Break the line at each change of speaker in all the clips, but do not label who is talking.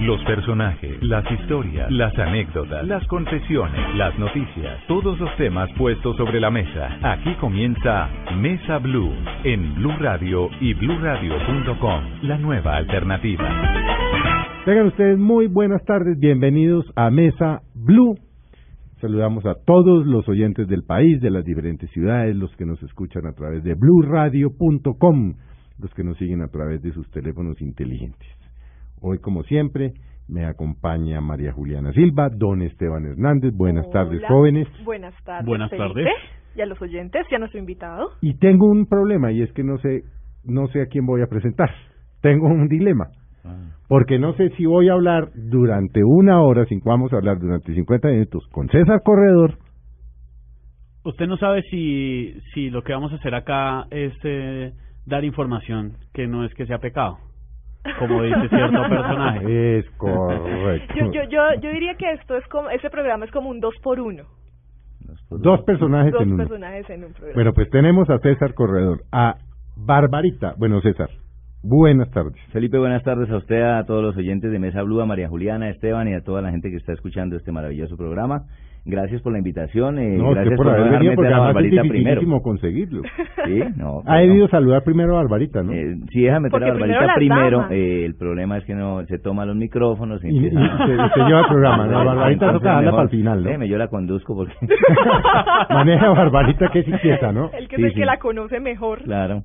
Los personajes, las historias, las anécdotas, las confesiones, las noticias, todos los temas puestos sobre la mesa. Aquí comienza Mesa Blue en Blue Radio y bluradio.com, la nueva alternativa.
Tengan ustedes muy buenas tardes, bienvenidos a Mesa Blue. Saludamos a todos los oyentes del país, de las diferentes ciudades, los que nos escuchan a través de bluradio.com, los que nos siguen a través de sus teléfonos inteligentes. Hoy, como siempre, me acompaña María Juliana Silva, don Esteban Hernández. Buenas
Hola.
tardes, jóvenes.
Buenas tardes.
Buenas
Felipe,
tardes.
Y a los oyentes, y a nuestro invitado.
Y tengo un problema y es que no sé, no sé a quién voy a presentar. Tengo un dilema. Porque no sé si voy a hablar durante una hora, si vamos a hablar durante 50 minutos con César Corredor.
Usted no sabe si, si lo que vamos a hacer acá es eh, dar información que no es que sea pecado, como dice cierto personaje.
Eh,
Es correcto.
Yo, yo, yo, yo diría que esto es como, ese programa es como un dos por uno.
Dos personajes
Dos
en uno.
personajes en un programa.
Bueno, pues tenemos a César Corredor, a Barbarita. Bueno, César, buenas tardes.
Felipe, buenas tardes a usted, a todos los oyentes de Mesa Blue, a María Juliana, a Esteban y a toda la gente que está escuchando este maravilloso programa. Gracias por la invitación. eh,
No, usted
gracias
por haber
dejarme
venido porque
meter a
además es
Barbarita primero.
dificilísimo conseguirlo.
Sí, no.
Ha
pues no.
debido saludar primero a Barbarita, ¿no?
Eh, si deja meter a
Porque primero
Barbarita
las
primero,
damas.
eh, el problema es que no se toma los micrófonos. y
Y, y se,
empieza-
se lleva el programa. ¿no? Barbarita
Entonces,
toca darla
mejor,
para el final, ¿no?
déjeme, yo la conduzco porque.
Maneja a Barbarita que es inquieta, ¿no?
El que
sí,
es el
sí.
que la conoce mejor.
Claro.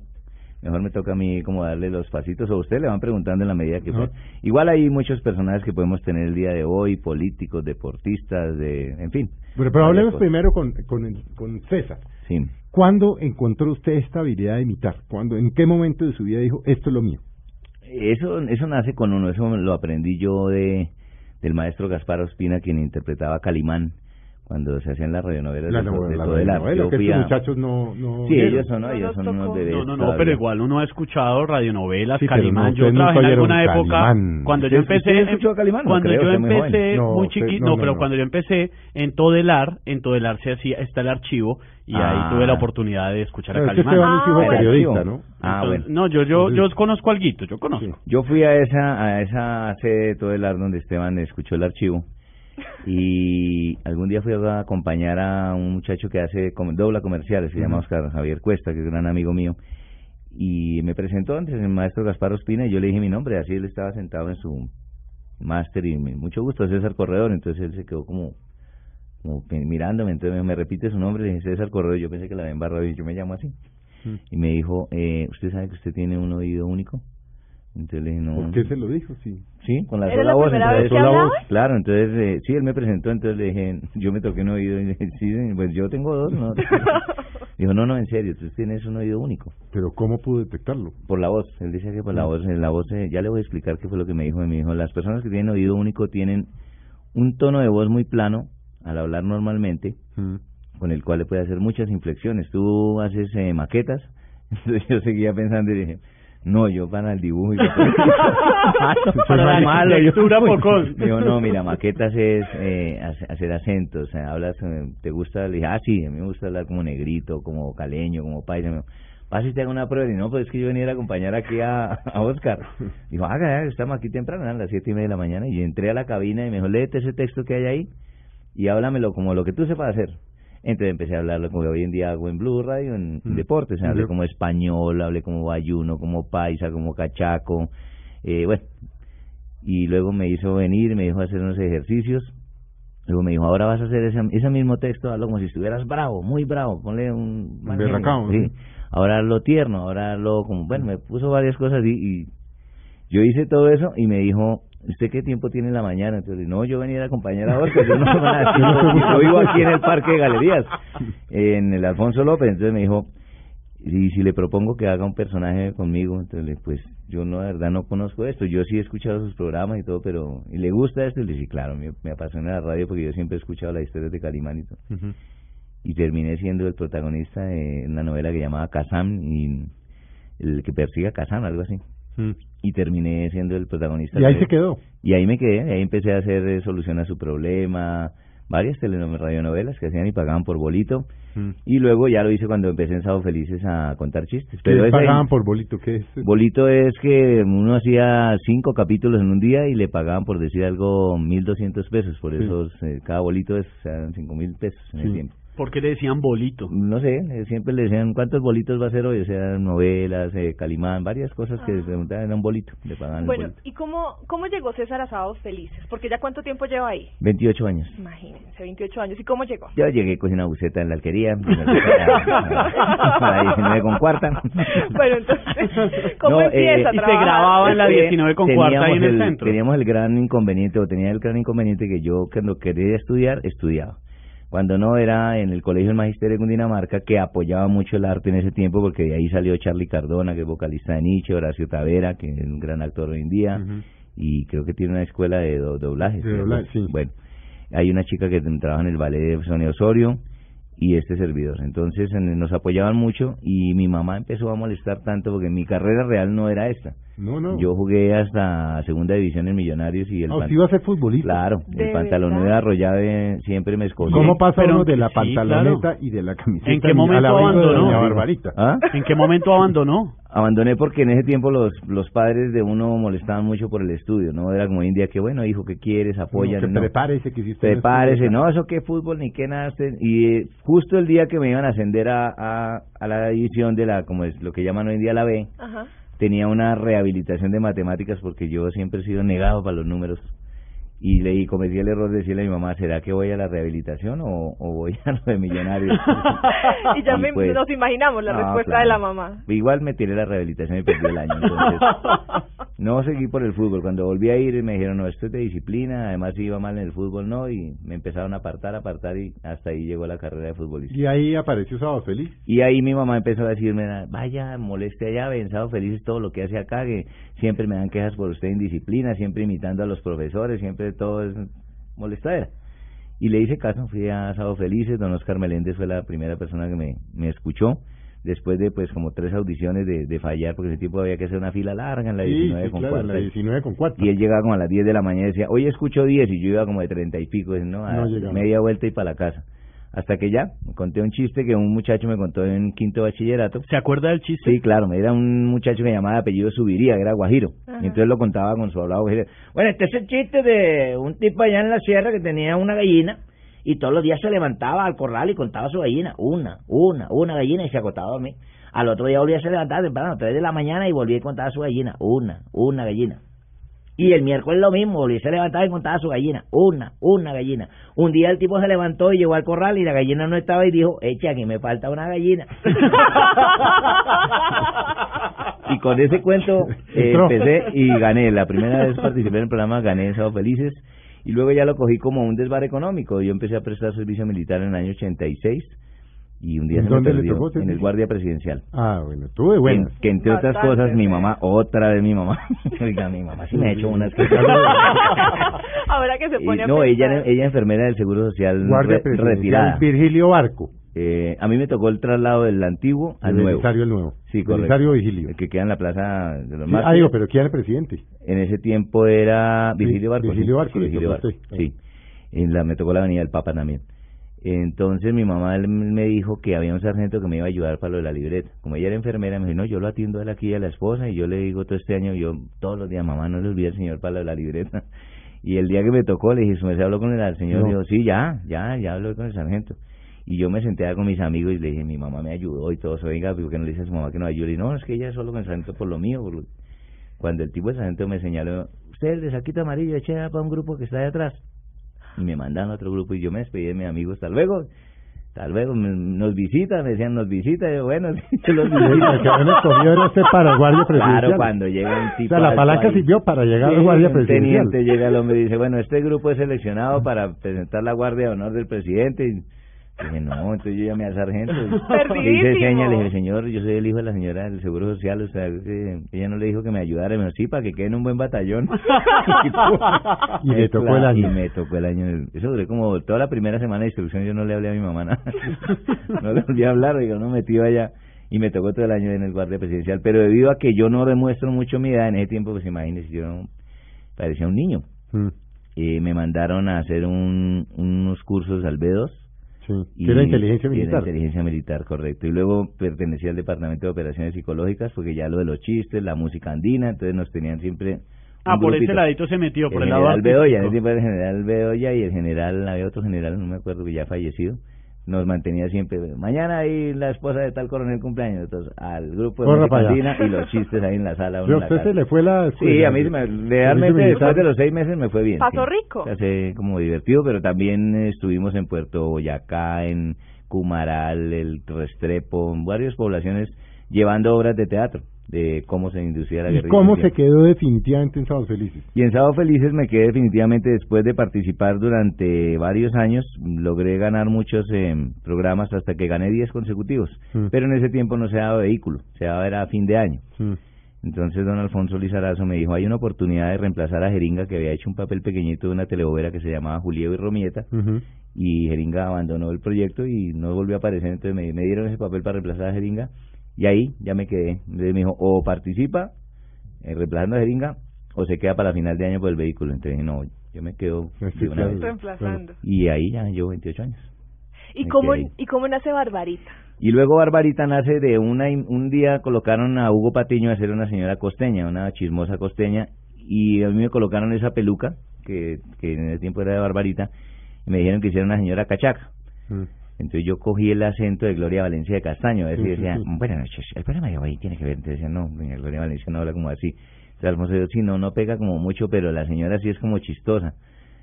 Mejor me toca a mí como darle los pasitos o usted le van preguntando en la medida que
Ajá.
pueda. Igual hay muchos personajes que podemos tener el día de hoy, políticos, deportistas, de, en fin.
Pero, pero
varias
hablemos
cosas.
primero con, con, el- con César.
Sí.
¿Cuándo encontró usted esta habilidad de imitar? ¿Cuándo, ¿En qué momento de su vida dijo, esto es lo mío?
Eso, eso nace con uno, eso lo aprendí yo de del maestro Gaspar Ospina, quien interpretaba a Calimán cuando se hacían las radionovelas
La
de,
novela,
de
la
todo el arte.
novela,
Yo
que
fui
estos
a-
muchachos no... no
Sí,
vieron.
ellos son,
No
ellos son
nos
unos
tocó.
bebés
No, no, no,
todavía.
pero igual uno ha escuchado radionovelas,
Sí, pero no,
Calimán. Yo
ustedes no
trabajé en
oyeron
alguna época,
Calimán.
cuando yo
¿Usted-
empecé...
usted escuchó a Calimán? No
Cuando
creo,
yo
usted es muy joven.
empecé
No,
muy
usted-
chiquito,
no,
no,
no,
pero
no.
cuando yo empecé en Todelar, en Todelar se hacía, está el archivo, y
Ah.
ahí tuve la oportunidad de escuchar a
Claro, es que
Calimán.
Esteban es hijo de
Ah,
periodista, ¿no?
Ah, bueno.
Entonces, No, yo, yo, yo conozco alguito, yo conozco.
pues, Yo fui a esa a esa sede de todo el ar donde Esteban escuchó el archivo y algún día fui a acompañar a un muchacho que hace com- dobla comerciales, se llama
Ujú.
Oscar Javier Cuesta, que es un gran amigo mío. Y me presentó antes el maestro Gaspar Ospina y yo le dije mi nombre, así él estaba sentado en su máster y me, mucho gusto, César Corredor, entonces él se quedó como, como pe- mirándome, entonces me, me repite su nombre, le dije César Corredor, yo pensé que la había embarrado y yo me llamo así.
Mm.
Y me dijo, eh, ¿usted sabe que usted tiene un oído único? Entonces le dije, no.
¿Por qué se lo dijo? Sí.
Sí, con la
¿Era
sola
la
voz.
primera vez
entonces-
que hablaba?
Claro, entonces, eh, sí, él me presentó, entonces le dije, yo me toqué un oído y le dije, sí, pues yo tengo dos, ¿no? Dijo, no, no, en serio, tú tienes un oído único,
Pero ¿cómo pudo detectarlo?
por la voz. Él decía que por la voz, eh, la voz, eh, ya le voy a explicar qué fue lo que me dijo. Me dijo, las personas que tienen oído único tienen un tono de voz muy plano al hablar normalmente, con el cual le puede hacer muchas inflexiones. Tú haces eh, maquetas, entonces yo seguía pensando y dije, no, yo para el dibujo y
Para la arquitectura,
Uy,
pocón.
Digo, no, mira, maquetas es eh, hace- hacer acentos, o sea, hablas, eh, te gusta, le dije, ah, sí, a mí me gusta hablar como negrito, como caleño, como paisa. Me dijo, Pasa y te hago una prueba. Y no, pues es que yo venía a acompañar aquí a, a Oscar. Dijo, ah, ya, estamos aquí temprano, eran las siete y media de la mañana. Y entré a la cabina y me dijo, léete ese texto que hay ahí y háblamelo como lo que tú sepas hacer. Entonces empecé a hablarlo como hoy en día hago en Blue Radio, en
Mm.
deportes. Hablé
Yo-
como español, hablé como bayuno, como paisa, como cachaco. Eh, bueno, y luego me hizo venir, me dijo hacer unos ejercicios. Luego me dijo, ahora vas a hacer ese, ese mismo texto, hazlo como si estuvieras bravo, muy bravo, ponle un... mal genio".
berracao,
Sí.
¿no?
Ahora hazlo tierno, ahora hazlo como... Bueno, me puso varias cosas y, y yo hice todo eso y me dijo, ¿usted qué tiempo tiene en la mañana? Entonces, le dije, no, yo venía a acompañar a Oscar, yo no tengo nada de Eh, tiempo, yo vivo aquí en el Parque de Galerías, en el Alfonso López. Entonces me dijo, Y si le propongo que haga un personaje conmigo, entonces, le- pues yo no, la verdad, no conozco esto. Yo sí he escuchado sus programas y todo, pero. Y le gusta esto, y le dije, claro, me, me apasiona la radio porque yo siempre he escuchado las historias de Calimán y todo.
Ujú.
Y terminé siendo el protagonista de una novela que llamaba Kazam y el que persigue a Kazam, algo así.
Mm.
Y terminé siendo el protagonista.
Y ahí
de-
se quedó.
y ahí me quedé, y ahí empecé a hacer eh, solución a su problema, varias telenovelas, radionovelas que hacían y pagaban por bolito.
Mm.
Y luego ya lo hice cuando empecé en Sábado Felices a contar chistes.
Que les
esa-
pagaban por bolito, ¿qué es?
Bolito es que uno hacía cinco capítulos en un día y le pagaban por decir algo 1.200 pesos, por
Sí.
eso eh, cada bolito es eran 5.000 pesos en
Sí.
el tiempo.
¿Por qué le decían bolito?
No sé, eh, siempre le decían cuántos bolitos va a ser hoy, o sea, novelas, eh, Calimán, varias cosas que les preguntaban, era un bolito, le pagaban el
Bueno,
bolito.
¿y cómo, cómo llegó César a Sábados Felices? Porque ya cuánto tiempo lleva ahí.
28 años.
Imagínense, 28 años. ¿Y cómo llegó?
Yo llegué con una buceta en la alquería, para 19 con cuarta. eh,
Bueno, entonces, ¿cómo empieza a
y se
trabajar?
grababa en la
es que
19 con cuarta ahí en
teníamos
el centro.
Teníamos el gran inconveniente, o tenía el gran inconveniente que yo cuando quería estudiar, estudiaba. Cuando no era en el Colegio del Magisterio de Cundinamarca, que apoyaba mucho el arte en ese tiempo, porque de ahí salió Charlie Cardona, que es vocalista de Nietzsche, Horacio Tavera, que es un gran actor hoy en día,
Ujú.
y creo que tiene una escuela de do- doblaje.
De doblaje, sí.
Bueno, hay una chica que trabaja en el ballet de Sonia Osorio y este servidor. Entonces en- nos apoyaban mucho y mi mamá empezó a molestar tanto porque mi carrera real no era esta.
No, no.
Yo jugué hasta segunda división en Millonarios y el
Ah,
pan-
usted iba a ser futbolista.
claro,
¿De
el pantaloneo de
verdad?
Arroyave siempre me escogió.
¿Cómo pasa
Pero-
uno de la
sí,
pantaloneta
claro.
y de la camiseta?
¿En qué
a la
momento
vez de doña
abandonó?
Barbarita.
¿Ah?
¿En qué momento abandonó?
Abandoné porque en ese tiempo los los padres de uno molestaban mucho por el estudio, no era como hoy en día que bueno, hijo, ¿qué quieres? Apoya,
que prepárese que si usted no
Prepárese,
estudia-
no, eso qué fútbol ni qué nada. usted- Y eh, justo el día que me iban a ascender a, a, a la división de la, como es lo que llaman hoy en día la B,
Ajá.
tenía una rehabilitación de matemáticas porque yo siempre he sido negado para los números. Y leí, cometí el error de decirle a mi mamá, ¿será que voy a la rehabilitación o, o voy a lo de millonarios?
y ya
Y
me-
pues-
nos imaginamos la
Ah,
respuesta
claro.
de la mamá.
Igual me tiré la rehabilitación y perdí el año. entonces, no seguí por el fútbol. Cuando volví a ir me dijeron, no, esto es de disciplina. Además, si iba mal en el fútbol, no. Y me empezaron a apartar, a apartar y hasta ahí llegó la carrera de futbolista.
Y ahí apareció Sábado Feliz.
Y ahí mi mamá empezó a decirme, vaya, moleste allá, pensado feliz es todo lo que hace acá, que siempre me dan quejas por usted indisciplina, siempre imitando a los profesores, siempre todo es molestadera. Y le hice caso, fui a Sábado Felices, don Oscar Meléndez fue la primera persona que me, me escuchó, después de pues como tres audiciones de, de fallar, porque ese tipo había que hacer una fila larga en la
Sí,
19
sí,
con
claro, en la
cuarta.
19 con cuatro.
Y él llegaba como a las 10 de la mañana y decía, hoy escucho 10 y yo iba como de 30 y pico, y no, a
No llegaba.
media vuelta y para la casa. Hasta que ya, conté un chiste que un muchacho me contó en quinto bachillerato.
¿Se acuerda del chiste?
Sí, claro, era un muchacho que llamaba de apellido Subiría, que era Guajiro.
Ajá.
Y entonces lo contaba con su hablado guajiro. Bueno, este es el chiste de un tipo allá en la sierra que tenía una gallina y todos los días se levantaba al corral y contaba su gallina. Una, una, una gallina y se acostaba a dormir. Al otro día volvía a se levantar temprano, 3 de la mañana y volvía y contaba su gallina. Una, una gallina. Y el miércoles lo mismo, volvía, se levantaba y contaba su gallina, una, una gallina. Un día el tipo se levantó y llegó al corral y la gallina no estaba y dijo, echa, aquí me falta una gallina. y con ese cuento eh,
Entró.
empecé y gané. La primera vez participé en el programa, gané en Sábado Felices. Y luego ya lo cogí como un desbar económico. Yo empecé a prestar servicio militar en el año 86 y un día se me
¿Dónde le
perdió,
tocó
en el
servicio?
Guardia Presidencial.
Ah, bueno, tú de buenas.
Que, que entre otras
Bastante,
cosas, mi
sí.
mamá, otra vez mi mamá. Oiga, mi mamá sí me ha hecho unas que-
Ahora que se
Y
pone a
no, ella, era-
pensar.
ella es enfermera del Seguro Social
Guardia
re-
presidencial
retirada.
Virgilio Barco.
Eh, a mí me tocó el traslado del antiguo al
el
nuevo.
Belisario el nuevo.
Sí, correcto.
Belisario Vigilio.
El que queda en la plaza de los
Sí,
Mártires.
ah, digo, pero ¿quién era el presidente?
En ese tiempo era Vigilio
Sí,
Barco.
Vigilio
sí,
Barco,
sí,
le
Vigilio
tocó a
Barco,
usted.
sí. En la, me tocó la avenida del Papa también. Entonces mi mamá él me dijo que había un sargento que me iba a ayudar para lo de la libreta. Como ella era enfermera, me dijo, no, yo lo atiendo a él aquí a la esposa y yo le digo todo este año, yo todos los días, mamá, no le olvide al señor para lo de la libreta. Y el día que me tocó, le dije, ¿se habló con el al señor?
No.
Y dijo, sí, ya, ya, ya habló con el sargento. Y yo me senté ahí con mis amigos y le dije, mi mamá me ayudó y todo eso, venga, ¿por qué no le dice a su mamá que no ayude? Y no, es que ella solo con el sargento por lo mío, por lo- cuando el tipo de sargento me señaló, usted el de saquito amarillo, eche para un grupo que está de atrás. Y me mandan a otro grupo y yo me despedí de mis amigos, hasta luego, hasta luego, me- nos visita, me decían, nos visita, y yo, bueno, yo los
Sí,
visito.
el que habían escogido era este para el Guardia Presidencial.
Claro, cuando llega un
O
tipo
sea, la
alto
palanca
ahí.
sirvió para llegar
Sí,
al Guardia
un
Presidencial.
teniente llega el hombre y dice, bueno, este grupo es seleccionado para presentar la Guardia de Honor del presidente. Y Dije, no, entonces yo llamé al sargento. y Le hice
Perdidísimo.
señas, le dije, señor, yo soy el hijo de la señora del Seguro Social, o sea, que ella no le dijo que me ayudara, me dijo, sí, para que quede en un buen batallón.
Y le tocó el
Eh, Claro,
año.
Y me tocó el año. Eso duré como toda la primera semana de instrucción, yo no le hablé a mi mamá nada. no le volví a hablar, digo, no metido allá. Y me tocó todo el año en el guardia presidencial. Pero debido a que yo no demuestro mucho mi edad en ese tiempo, pues imagínense, yo parecía un niño.
Mm,
Eh, me mandaron a hacer un, unos cursos al B2.
sí.
y-
Que era inteligencia
que era
militar.
inteligencia militar, correcto. Y luego pertenecía al Departamento de Operaciones Psicológicas, porque ya lo de los chistes, la música andina, entonces nos tenían siempre. un
Ah, por ese
grupito.
ladito se metió, por el, lado
general Bedoya, en ese
artístico.
tiempo era el general Bedoya y el general, había otro general, no me acuerdo, que ya fallecido, nos mantenía siempre, mañana ahí la esposa de tal coronel cumpleaños, entonces al grupo de
Corra
música
para allá.
andina y los chistes ahí en la sala. uno
Pero
en la
usted se
casa.
le fue la...
Sí,
la-
a mí se me-
servicio
realmente después
militar.
de los seis meses me fue bien.
Pasó
sí.
rico.
O sea, fue como divertido, pero también eh, estuvimos en Puerto Boyacá, en Cumaral, el Restrepo, en varias poblaciones llevando obras de teatro de cómo se inducía la
¿Y
guerrilla. en
cómo
ese
se
tiempo.
quedó definitivamente en Sábados Felices?
Y en Sábado Felices me quedé definitivamente después de participar durante varios años. Logré ganar muchos eh, programas hasta que gané 10 consecutivos.
Mm.
Pero en ese tiempo no se daba vehículo, se daba era a fin de año.
Mm.
Entonces don Alfonso Lizarazo me dijo, hay una oportunidad de reemplazar a Jeringa que había hecho un papel pequeñito de una telenovela que se llamaba Julieo y Romieta.
Ujú.
Y Jeringa abandonó el proyecto y no volvió a aparecer. Entonces me, me dieron ese papel para reemplazar a Jeringa. Y ahí ya me quedé. Entonces me dijo, o participa eh, reemplazando a Jeringa o se queda para final de año por el vehículo. Entonces dije, no, yo me quedo
Sí,
de una
claro.
vez.
Reemplazando.
Y ahí ya llevo 28 años.
¿Y
Ok.
cómo, ¿Y cómo nace Barbarita?
Y luego Barbarita nace de una im- un día colocaron a Hugo Patiño a ser una señora costeña, una chismosa costeña, y a mí me colocaron esa peluca, que, que en ese tiempo era de Barbarita, y me dijeron que hiciera una señora cachaca.
Mm.
Entonces yo cogí el acento de Gloria Valencia de Castaño,
Sí,
y
sí,
decía,
sí.
buenas noches, el programa de hoy tiene que ver, entonces decía, no, doña Gloria Valencia no habla como así. Entonces Alfonso dijo, sí, no, no pega como mucho, pero la señora sí es como chistosa.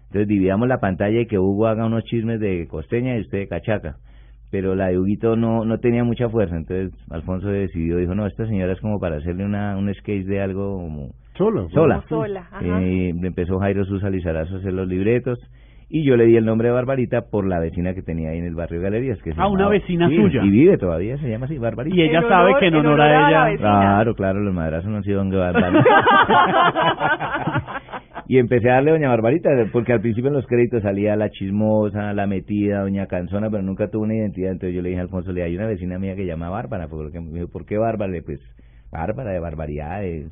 Entonces dividamos la pantalla y que Hugo haga unos chismes de costeña y usted de cachaca. Pero la de Huguito no, no tenía mucha fuerza, entonces Alfonso decidió, dijo, no, esta señora es como para hacerle una, un sketch de algo como
Solo. fue.
sola.
Sola, ajá.
Eh, empezó Jairo Susa Lizarazo a hacer los libretos y yo le di el nombre de Barbarita por la vecina que tenía ahí en el barrio Galerías. Que se
Ah, una
llamaba-
vecina
Sí,
suya.
Y vive todavía, se llama así, Barbarita.
Y ella
En
sabe
honor-
que en
en
honor,
honor a
a
la
ella...
vecina.
Claro, claro, los madrazos no han sido donde Barbarita. y empecé a darle a Doña Barbarita, porque al principio en los créditos salía la chismosa, la metida, Doña Canzona, pero nunca tuvo una identidad. Entonces yo le dije a Alfonso, le dije, hay una vecina mía que llama Bárbara, porque me dijo, ¿por qué Bárbara? Le dije, Pues Bárbara de barbaridades.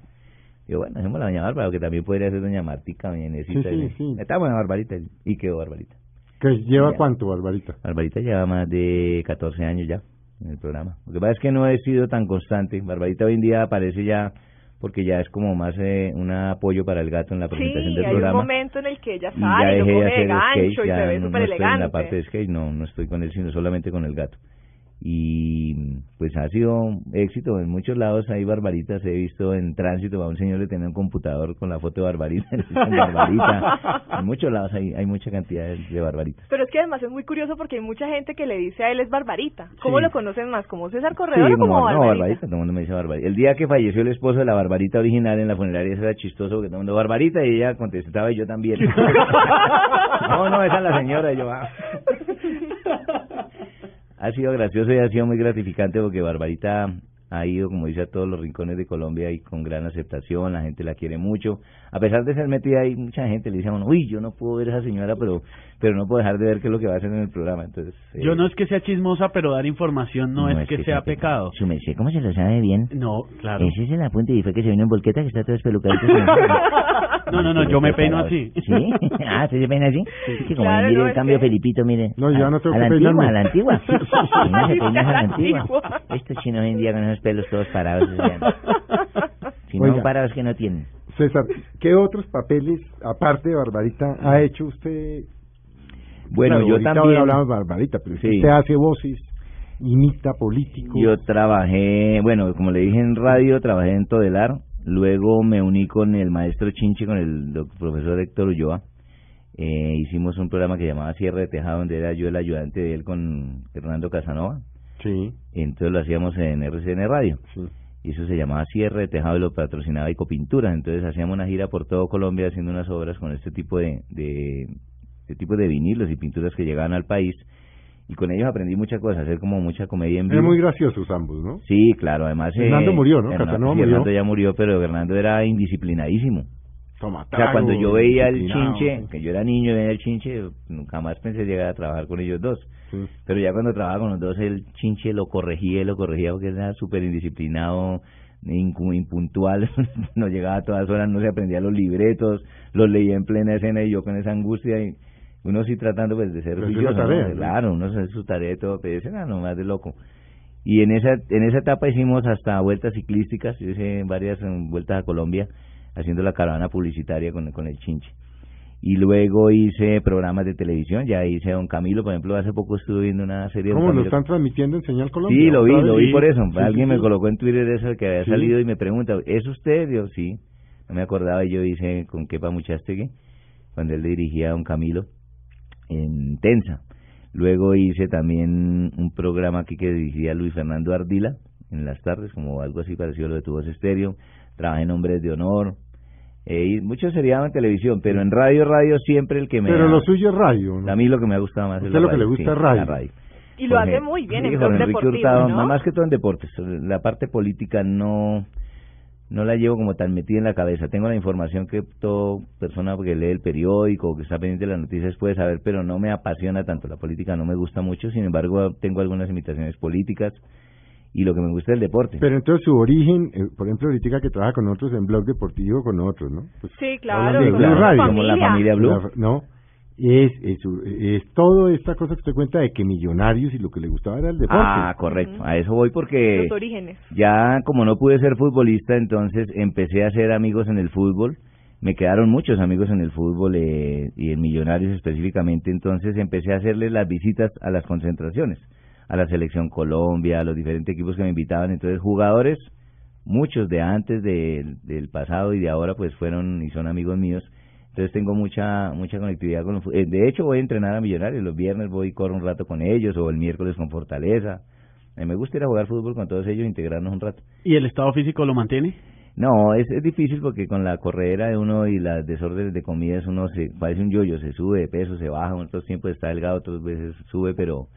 Yo, bueno, hacemos la Doña Bárbara, que también podría ser Doña Martica, Doña Inesita.
Sí, sí,
y-
sí.
Estamos en Barbarita, y quedó Barbarita.
¿Que lleva
Ya.
cuánto, Barbarita?
Barbarita lleva más de 14 años ya en el programa. Lo que pasa es que no he sido tan constante. Barbarita hoy en día aparece ya porque ya es como más eh, un apoyo para el gato en la presentación
Sí,
del
hay un
programa.
momento en el que ella
y ya
sale y lo
dejé de
coge de
hacer skate,
gancho y
ya
se ve
no,
súper
no estoy en la parte de
elegante.
skate, no, no estoy con él, sino solamente con el gato. Y pues ha sido éxito en muchos lados. Hay barbaritas, he visto en tránsito a un señor le tenía un computador con la foto de barbarita. le decían barbarita. En muchos lados hay, hay mucha cantidad de, de barbaritas.
Pero es que además es muy curioso porque hay mucha gente que le dice a él es Barbarita. ¿Cómo
Sí.
lo conocen más? ¿Como César
Sí,
Corredor o como
no,
Barbarita?
Barbarita, todo el mundo me dice Barbarita. El día que falleció el esposo de la Barbarita original en la funeraria, eso era chistoso porque todo el mundo, Barbarita, y ella contestaba y yo también. no, no, esa es la señora, y yo, ah. Ha sido gracioso y ha sido muy gratificante porque Barbarita ha ido, como dice, a todos los rincones de Colombia y con gran aceptación, la gente la quiere mucho. A pesar de ser metida ahí, mucha gente le dice a uno, uy, yo no puedo ver a esa señora, pero pero no puedo dejar de ver qué es lo que va a hacer en el programa. Entonces, eh,
Yo no es que sea chismosa, pero dar información no, es, que, sea pecado.
Su merced, ¿cómo se lo sabe bien?
No, claro.
Ese es el apunte y fue que se vino en volqueta que está todo espelucadito.
No, no, no, yo me peino así.
¿Sí? Ah, ¿usted se peina así? Es que como
Claro,
mire
no,
el
es
cambio,
que-
Felipito, mire.
No, yo
A-
no tengo
A
que
la
peinarme.
antigua, a la antigua. Si no se peina, es a la
Antigua.
antigua. Estos chinos hoy en día con esos pelos todos parados. o sea, si
Oiga.
no parados que no tienen.
César, ¿qué otros papeles, aparte de Barbarita, ha hecho usted?
Bueno,
Claro,
yo
ahorita
también-
hablamos de Barbarita, pero
Sí.
usted hace voces, imita políticos.
Yo trabajé, bueno, como le dije en radio, trabajé en Todelar. Luego me uní con el maestro Chinche, con el doc- profesor Héctor Ulloa. Eh, hicimos un programa que llamaba Cierre de Tejado, donde era yo el ayudante de él con Fernando Casanova.
Sí,
Entonces lo hacíamos en RCN Radio.
sí.
Y eso se llamaba Cierre de Tejado y lo patrocinaba Icopintura. Entonces hacíamos una gira por todo Colombia haciendo unas obras con este tipo de, de, este tipo de vinilos y pinturas que llegaban al país. y con ellos aprendí muchas cosas, hacer como mucha comedia en vivo.
Eran muy graciosos ambos, ¿no?
Sí, claro, además... eh,
Pues Hernando murió, ¿no?
Hernando,
Casanova
sí,
murió.
Hernando ya murió, pero Hernando era indisciplinadísimo.
Toma,
O sea, cuando yo
trago,
veía el
disciplinado.
chinche, que yo era niño y veía el chinche, nunca más pensé llegar a trabajar con ellos dos.
Sí.
Pero ya cuando trabajaba con los dos, el chinche lo corregía, y lo corregía porque era súper indisciplinado, incu- impuntual, no llegaba a todas horas, no se aprendía los libretos, los leía en plena escena y yo con esa angustia y uno sí tratando pues de ser
Pero es una
juicioso, ¿no?
tarea, ¿no?
claro, uno hace su tarea y todo, pero ese era nomás de loco. Y en esa, en esa etapa hicimos hasta vueltas ciclísticas, yo hice varias mm, vueltas a Colombia, haciendo la caravana publicitaria con, con el chinche. Y luego hice programas de televisión, ya hice a Don Camilo, por ejemplo, hace poco estuve viendo una serie de Don
¿Cómo lo
Camilo.
están transmitiendo en Señal Colombia?
Sí, lo vi,
¿Otra
lo
vez?
vi por eso.
Sí,
Alguien
sí,
me
sí.
colocó en Twitter eso que había
Sí.
salido y me pregunta, ¿es usted? Yo, sí. No me acordaba y yo hice con Kepa Muchastegui, cuando él dirigía a Don Camilo en Tensa. Luego hice también un programa aquí que dirigía Luis Fernando Ardila en las tardes, como algo así parecido a lo de Tu Voz Estéreo. Trabajé en Hombres de Honor. Eh, y mucho seriado en televisión, pero en radio, radio siempre el que me...
Pero
ha-
lo suyo es radio, ¿no?
A mí lo que me ha gustado más es
Usted
la
lo que le gusta
sí,
es radio.
la radio.
Y lo
Jorge-
hace muy bien
sí,
en
Jorge
blog
Enrique
deportivo,
Hurtado,
¿no?
Más que todo en deportes. La parte política no no la llevo como tan metida en la cabeza. Tengo la información que toda persona que lee el periódico o que está pendiente de las noticias puede saber, pero no me apasiona tanto. La política no me gusta mucho, sin embargo tengo algunas imitaciones políticas y lo que me gusta es el deporte.
Pero entonces su origen, eh, por ejemplo, ahorita que trabaja con otros en blog deportivo, con otros, ¿no? Pues,
Sí, claro.
hablando de
Sí,
como
Blue
claro,
Radio.
como la familia Blue.
la- no, es, es, su- es toda esta cosa que usted cuenta de que millonarios y lo que le gustaba era el deporte.
Ah, correcto. A eso voy porque...
Los orígenes.
Ya como no pude ser futbolista, entonces empecé a hacer amigos en el fútbol. Me quedaron muchos amigos en el fútbol eh, y en Millonarios específicamente, entonces empecé a hacerles las visitas a las concentraciones, a la selección Colombia, a los diferentes equipos que me invitaban. Entonces jugadores, muchos de antes de- del pasado y de ahora, pues fueron y son amigos míos. Entonces tengo mucha mucha conectividad con los fu- eh, De hecho voy a entrenar a Millonarios, los viernes voy y corro un rato con ellos o el miércoles con Fortaleza. A mí me gusta ir a jugar fútbol con todos ellos, integrarnos un rato.
¿Y el estado físico lo mantiene?
No, es, es difícil porque con la corredera de uno y las desórdenes de comidas uno se parece un yoyo, se sube de peso, se baja, otros tiempos está delgado, otras veces sube, pero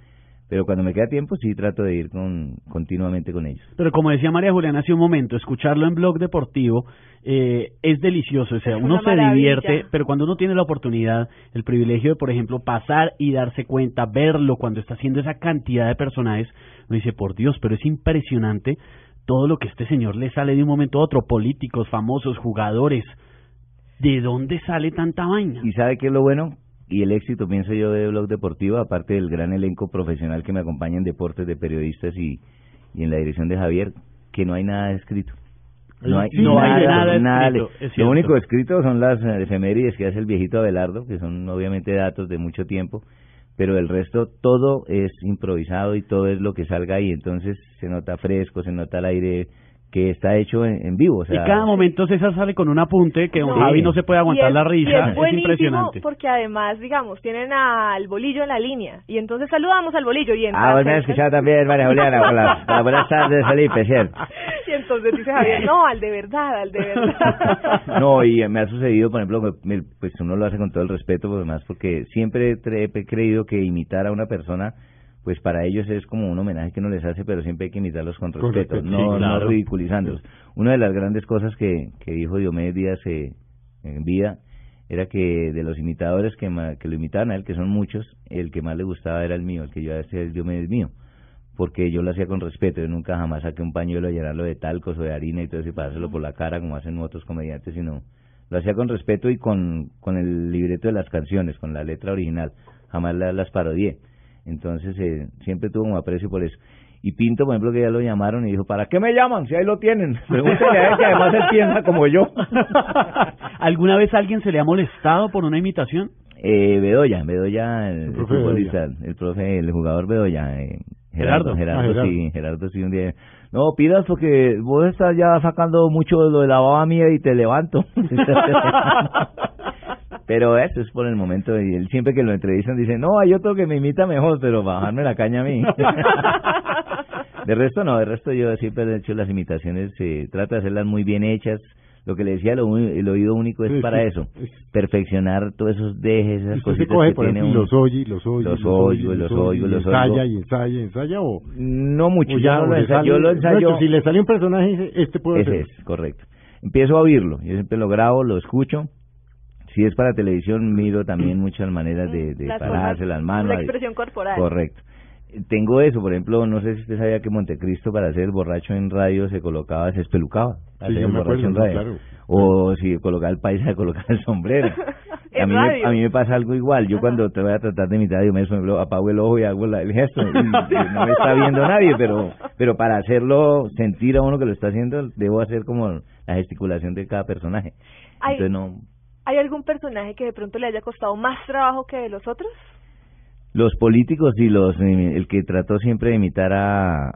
pero cuando me queda tiempo sí trato de ir con continuamente con ellos.
Pero como decía María Juliana hace un momento, escucharlo en blog deportivo eh, es delicioso, o sea,
Es
uno
una
se
maravilla.
divierte, pero cuando uno tiene la oportunidad, el privilegio de, por ejemplo, pasar y darse cuenta, verlo cuando está haciendo esa cantidad de personajes, uno dice, por Dios, pero es impresionante todo lo que este señor le sale de un momento a otro, políticos, famosos, jugadores. ¿De dónde sale tanta vaina?
¿Y sabe qué es lo bueno? Y el éxito, pienso yo, de Blog Deportivo, aparte del gran elenco profesional que me acompaña en deportes de periodistas y, y en la dirección de Javier, que no hay nada escrito. No hay,
Sí, no
nada,
hay nada
nada
escrito,
le-
es
lo
cierto.
único escrito son las eh, efemérides que hace el viejito Abelardo, que son obviamente datos de mucho tiempo, pero el resto todo es improvisado y todo es lo que salga ahí. Entonces se nota fresco, se nota el aire que está hecho en, en vivo. o sea,
y cada momento César sale con un apunte que don
No.
Javi no se puede aguantar
Y
la
y
risa,
es, buenísimo
impresionante.
porque además, digamos, tienen al bolillo en la línea. Y entonces saludamos al bolillo y entonces...
Ah, vos me has escuchado también, María Juliana. Hola, Hola, buenas tardes, Felipe, ¿cierto?
Y entonces dice Javier, no, al de verdad, al de verdad.
No, y eh, me ha sucedido, por ejemplo, me- pues uno lo hace con todo el respeto, por demás, porque siempre tre- he creído que imitar a una persona, pues para ellos es como un homenaje que uno les hace, pero siempre hay que imitarlos con
Con
respeto,
respeto,
no,
sí, claro.
no ridiculizándolos. Una de las grandes cosas que, que dijo Diomedes Díaz eh, en vida era que de los imitadores que, ma- que lo imitaban a él, que son muchos, el que más le gustaba era el mío, el que yo hacía el Diomedes mío porque yo lo hacía con respeto, yo nunca jamás saqué un pañuelo a llenarlo de talcos o de harina y todo eso y pasárselo por la cara como hacen otros comediantes, sino lo hacía con respeto y con, con el libreto de las canciones, con la letra original, jamás la- las parodié. Entonces eh, siempre tuvo un aprecio por eso. Y Pinto, por ejemplo, que ya lo llamaron y dijo, ¿para qué me llaman? Si ahí lo tienen. Pregúntale a él que además él piensa como yo.
¿Alguna vez alguien se le ha molestado por una imitación?
Eh, Bedoya, Bedoya, el, el
profe
futbolista, el profe, el jugador Bedoya, eh,
Gerardo.
Ah,
Gerardo, Gerardo,
Gerardo.
sí, Gerardo sí un día. No, pidas porque vos estás ya sacando mucho de lo de la baba mía y te levanto. pero eso es por el momento y él siempre que lo entrevistan dice, no, hay otro que me imita mejor, pero bajarme la caña a mí. de resto no, de resto yo siempre he hecho las imitaciones, eh, trato de hacerlas muy bien hechas, lo que le decía, lo uni- el oído único es
Sí,
para
sí.
eso, perfeccionar todos esos dejes,
Usted
esas
se
cositas
coge,
que
por
tiene
ejemplo, y
uno.
los oye, y los oye, y
Los oigo,
y
los oigo,
y
los
Ensaya
oigo.
y ensaya y ensaya o...
No mucho,
o
yo, no
o
lo
le
ensayo,
sale-
yo lo
no,
ensayo.
esto, si le sale un personaje, dice, este puede
Ese
ser.
es, correcto. Empiezo a oírlo, yo siempre lo grabo, lo escucho. Si es para televisión, miro también muchas maneras de, de
Las
pararse
formas-
las manos.
La
de-
expresión corporal.
Correcto. Eh, Tengo eso, por ejemplo, no sé si usted sabía que Montecristo para ser borracho en radio se colocaba, se espelucaba. para
Sí,
ser
yo me acuerdo,
borracho en
no,
radio.
claro.
O si colocaba el paisa, se colocaba el sombrero.
En
a, mí me,
radio.
a mí me pasa algo igual. Yo cuando te voy a tratar de imitar, yo me me apago el ojo y hago la- el gesto. Y no me está viendo nadie, pero pero para hacerlo sentir a uno que lo está haciendo, debo hacer como la gesticulación de cada personaje.
Ay.
Entonces no...
¿Hay algún personaje que de pronto le haya costado más trabajo que de los otros?
Los políticos y los... eh, El que trató siempre de imitar a,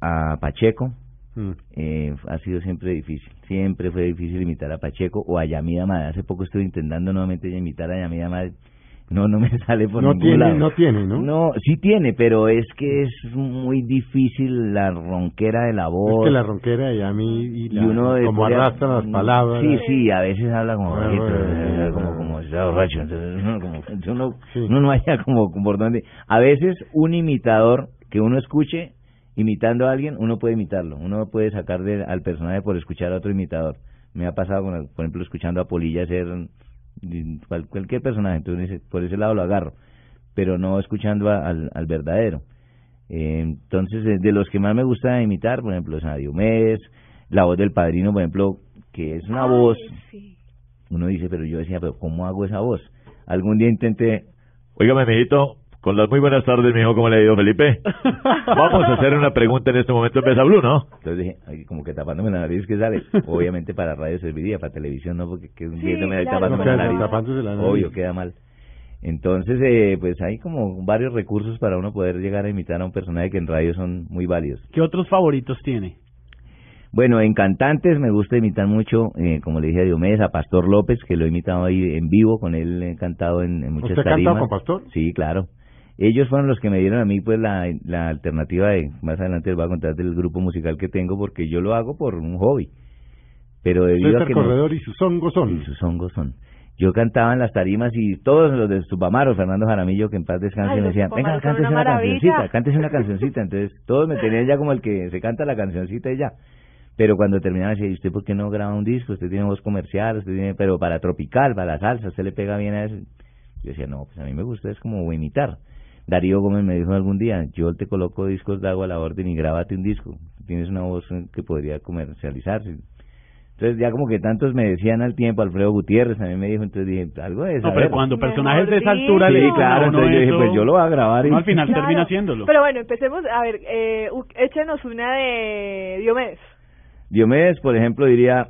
a Pacheco,
Mm.
eh, ha sido siempre difícil. Siempre fue difícil imitar a Pacheco o a Yamida Amad. Hace poco estuve intentando nuevamente imitar a Yamida Amad. No, no me sale por
No
ningún
tiene,
lado.
no tiene, ¿no?
sí tiene, pero es que es muy difícil la ronquera de la voz.
Es que la ronquera y a mí, y, la-
Y uno de- Mm,
como arrastran las palabras.
Sí, sí, a veces habla como
Ah,
bajito,
bueno.
eh, como, como está borracho, entonces uno, como, entonces uno,
Sí.
uno no haya como por dónde. A veces un imitador que uno escuche imitando a alguien, uno puede imitarlo, uno puede sacar de- al personaje por escuchar a otro imitador. Me ha pasado, con el- por ejemplo, escuchando a Polilla hacer mm, cual- cualquier personaje, entonces ese- por ese lado lo agarro, pero no escuchando a- al, al verdadero. Eh, entonces, de, de los que más me gusta imitar, por ejemplo, es a Diomedes, la voz del padrino, por ejemplo, que es una
Ay,
voz,
sí.
uno dice, pero yo decía, pero ¿cómo hago esa voz? Algún día intenté, oígame, mijito, con las muy buenas tardes, mijo, ¿cómo le ha ido, Felipe? Vamos a hacer una pregunta en este momento en Mesa Blue, ¿no? Entonces dije, ay, como que tapándome la nariz que sale. Obviamente para radio serviría, para televisión no, porque que
Sí,
viéndome ahí
claro.
tapándome
No,
la
claro,
nariz.
tapándose la nariz.
Obvio, queda mal. Entonces, eh, pues hay como varios recursos para uno poder llegar a imitar a un personaje que en radio son muy válidos.
¿Qué otros favoritos tiene?
Bueno, en cantantes me gusta imitar mucho, eh, como le dije a Diomedes, a Pastor López, que lo he imitado ahí en vivo, con él he cantado en, en muchas
¿Usted ha
tarimas.
cantado con Pastor?
Sí, claro. Ellos fueron los que me dieron a mí pues la, la alternativa de, más adelante les voy a contar del grupo musical que tengo, porque yo lo hago por un hobby. Pero debido
César
a que... no-
Corredor y sus hongos son.
y sus hongos son. Yo cantaba en las tarimas y todos los de Tupamaro, Fernando Jaramillo, que en paz descanse,
Ay,
me
los
decían, venga,
Tupamaros son
cántese
una
una cancioncita,
maravilla".
cántese una cancioncita. Entonces todos me tenían ya como el que se canta la cancioncita y ya. Pero cuando terminaba decía, ¿y usted por qué no graba un disco? Usted tiene voz comercial, usted tiene, pero para tropical, para la salsa, usted le pega bien a eso. Yo decía, no, pues a mí me gusta, es como imitar. Darío Gómez me dijo algún día, yo te coloco discos de agua a la orden y grábate un disco. Tienes una voz eh, que podría comercializarse. Entonces ya como que tantos me decían al tiempo, Alfredo Gutiérrez también me dijo, entonces dije, algo de eso.
No, pero cuando
Mejor
personajes de esa
dicho.
altura
Sí,
le dicen
claro,
a uno
entonces yo dije,
eso,
pues yo lo voy a grabar. y-
uno al final
Claro.
termina haciéndolo.
Pero bueno, empecemos. A ver, eh, u- échenos una de Diomedes.
Diomedes, por ejemplo, diría,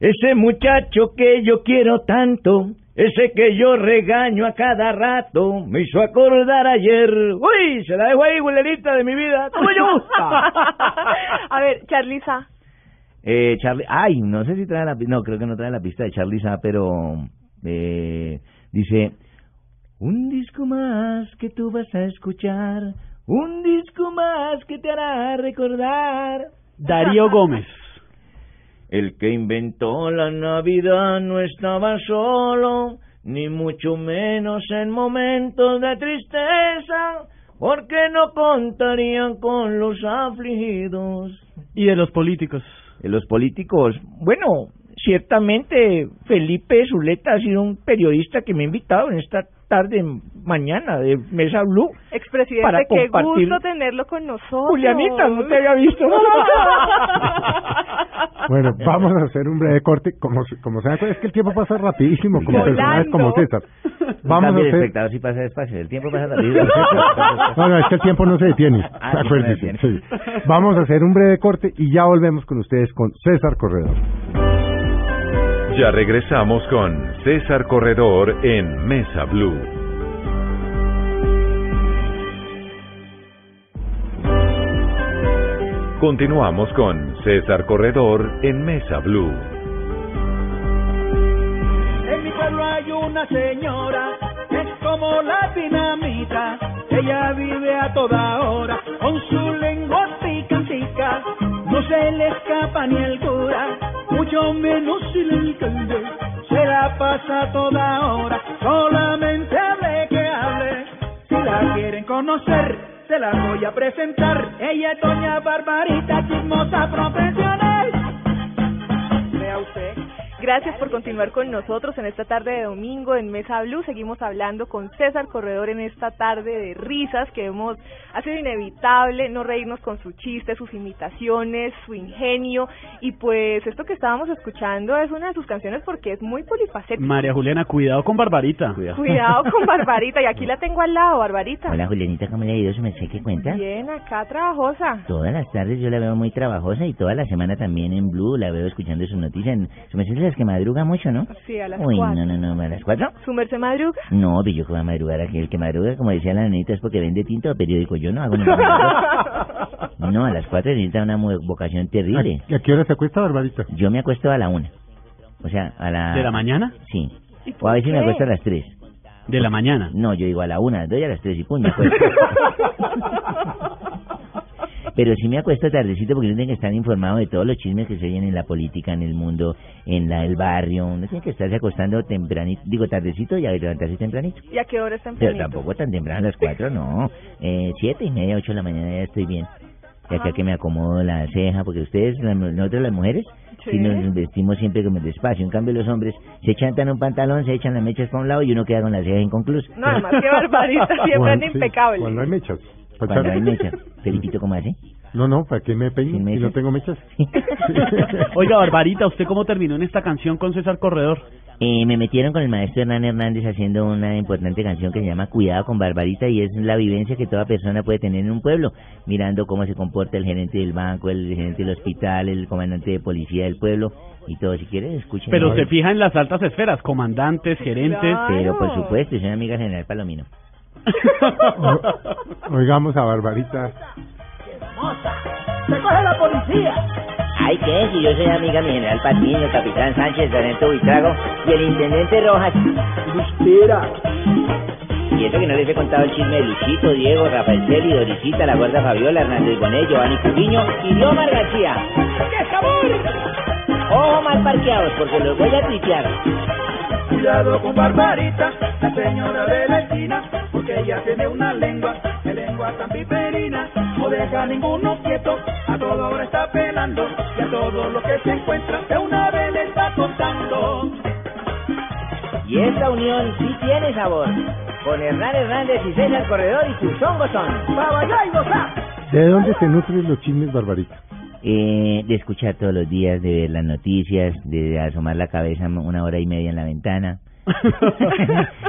ese muchacho que yo quiero tanto, ese que yo regaño a cada rato, me hizo acordar ayer. Uy, se la dejo ahí, huelerita de mi vida. ¿Cómo Pues yo gusta?
a ver, Charliza.
Eh, Charlie, ay, no sé si trae la pista, no, creo que no trae la pista de Charlie Sa, pero eh, dice, un disco más que tú vas a escuchar, un disco más que te hará recordar.
Darío Gómez.
El que inventó la Navidad no estaba solo, ni mucho menos en momentos de tristeza, porque no contarían con los afligidos.
Y de los políticos.
de los políticos. Bueno, ciertamente Felipe Zuleta ha sido un periodista que me ha invitado en esta tarde, mañana, de Mesa Blue.
Expresidente,
Para
qué
compartir-
gusto tenerlo con nosotros.
Julianita, no te había visto.
Bueno, vamos a hacer un breve corte. Como, como se dan cuenta, es que el tiempo pasa rapidísimo, como
Volando.
personajes como César. Vamos a hacer.
si pasa despacio, el tiempo pasa
No, no, es que el tiempo no se detiene.
Ah, no se
Acuérdense.
detiene.
sí. Vamos a hacer un breve corte y ya volvemos con ustedes con César Corredor.
Ya regresamos con César Corredor en Mesa Blue. Continuamos con César Corredor en Mesa Blue.
En mi pueblo hay una señora, es como la dinamita. Ella vive a toda hora con su lengua picantica. No se le escapa ni el cura. Muchas
mucho menos el alcalde se la pasa toda hora, solamente hable que hable. Si la quieren conocer, se la voy a presentar. Ella es doña Barbarita, chismosa profesional.
Vea usted. Gracias por continuar con nosotros en esta tarde de domingo en Mesa Blue. Seguimos hablando con César Corredor en esta tarde de risas que hemos ha sido inevitable no reírnos con su chiste, sus imitaciones, su ingenio y pues esto que estábamos escuchando es una de sus canciones porque es muy polifacética.
María Juliana, cuidado con Barbarita.
Cuidado con Barbarita y aquí la tengo al lado, Barbarita.
Mm. Hola, Julianita, ¿cómo le ha ido? ¿Se me sé qué cuenta?
Bien, acá trabajosa.
Todas las tardes yo la veo muy trabajosa y toda la semana también en Blue la veo escuchando sus noticias. Se me hace de las que madruga mucho, ¿no?
Sí, a las
Uy,
cuatro.
no, no, no, ¿a las cuatro?
¿Su merced madruga?
No, pero yo que voy a madrugar aquí. El que madruga, como decía la nenita, es porque vende tinta o periódico. Yo no hago ningún madrugo. No, a las cuatro necesita una mu- vocación terrible.
¿A qué hora se acuesta, Barbarita?
Yo me acuesto a la una. O sea, a la...
¿De la mañana?
Sí. O a veces me
qué?
acuesto a las tres.
De la mañana.
No, yo digo a la una, a las dos y a las tres y puño. pues. acuesto. Pero sí me acuesto tardecito porque uno tiene que estar informado de todos los chismes que se oyen en la política, en el mundo, en la, el barrio. Uno tiene que estarse acostando tempranito, digo tardecito y a levantarse tempranito.
¿Y a qué hora está en
Pero tampoco tan temprano, a las cuatro, no. Eh, siete y media, ocho de la mañana ya estoy bien. Ya acá que me acomodo la ceja, porque ustedes, la- nosotros las mujeres,
Sí.
sí. nos vestimos siempre como despacio. En cambio, los hombres se chantan un pantalón, se echan las mechas para un lado y uno queda con las cejas inconclusas.
No, además que Barbarita siempre
Cuando-
anda
sí,
impecable.
Cuando hay mechas. ¿Para
Cuando hay
echar-
mecha. Felipito, ¿cómo hace?
No, no, ¿para qué me peino
¿Sin
si
mechas?
no tengo mechas?
Oiga, Barbarita, ¿usted cómo terminó en esta canción con César Corredor?
Eh, me metieron con el maestro Hernán Hernández haciendo una importante canción que se llama Cuidado con Barbarita y es la vivencia que toda persona puede tener en un pueblo, mirando cómo se comporta el gerente del banco, el gerente del hospital, el comandante de policía del pueblo y todo. Si quieren, escuchen.
Pero se fija en las altas esferas, comandantes, gerentes.
Claro.
Pero por supuesto, es una amiga general Palomino.
O- Oigamos a Barbarita.
Se coge la policía.
Ay, ¿qué? Si yo soy amiga mi general Patiño, capitán Sánchez, sargento Buitrago y el intendente Rojas.
Espera.
Y eso que no les he contado el chisme de Luchito, Diego, Rafael Celi, Dorisita, la gorda Fabiola, Hernández Bonet, Giovanni Cubiño y Diomar García.
¡Qué sabor!
Ojo mal parqueados, porque los voy a tripear.
Cuidado con Barbarita, la señora de la esquina, porque ella tiene una lengua, de lengua tan piperina, no deja a ninguno quieto, a toda hora está pelando, y a todo lo que se encuentra, de una vez le está contando.
Y esta unión sí tiene sabor. Con Hernán Hernández y César Corredor y sus son.
Pa' bailar y gozar.
¿De dónde se nutren los chismes, Barbarita?
Eh, de escuchar todos los días, de ver las noticias, de asomar la cabeza una hora y media en la ventana.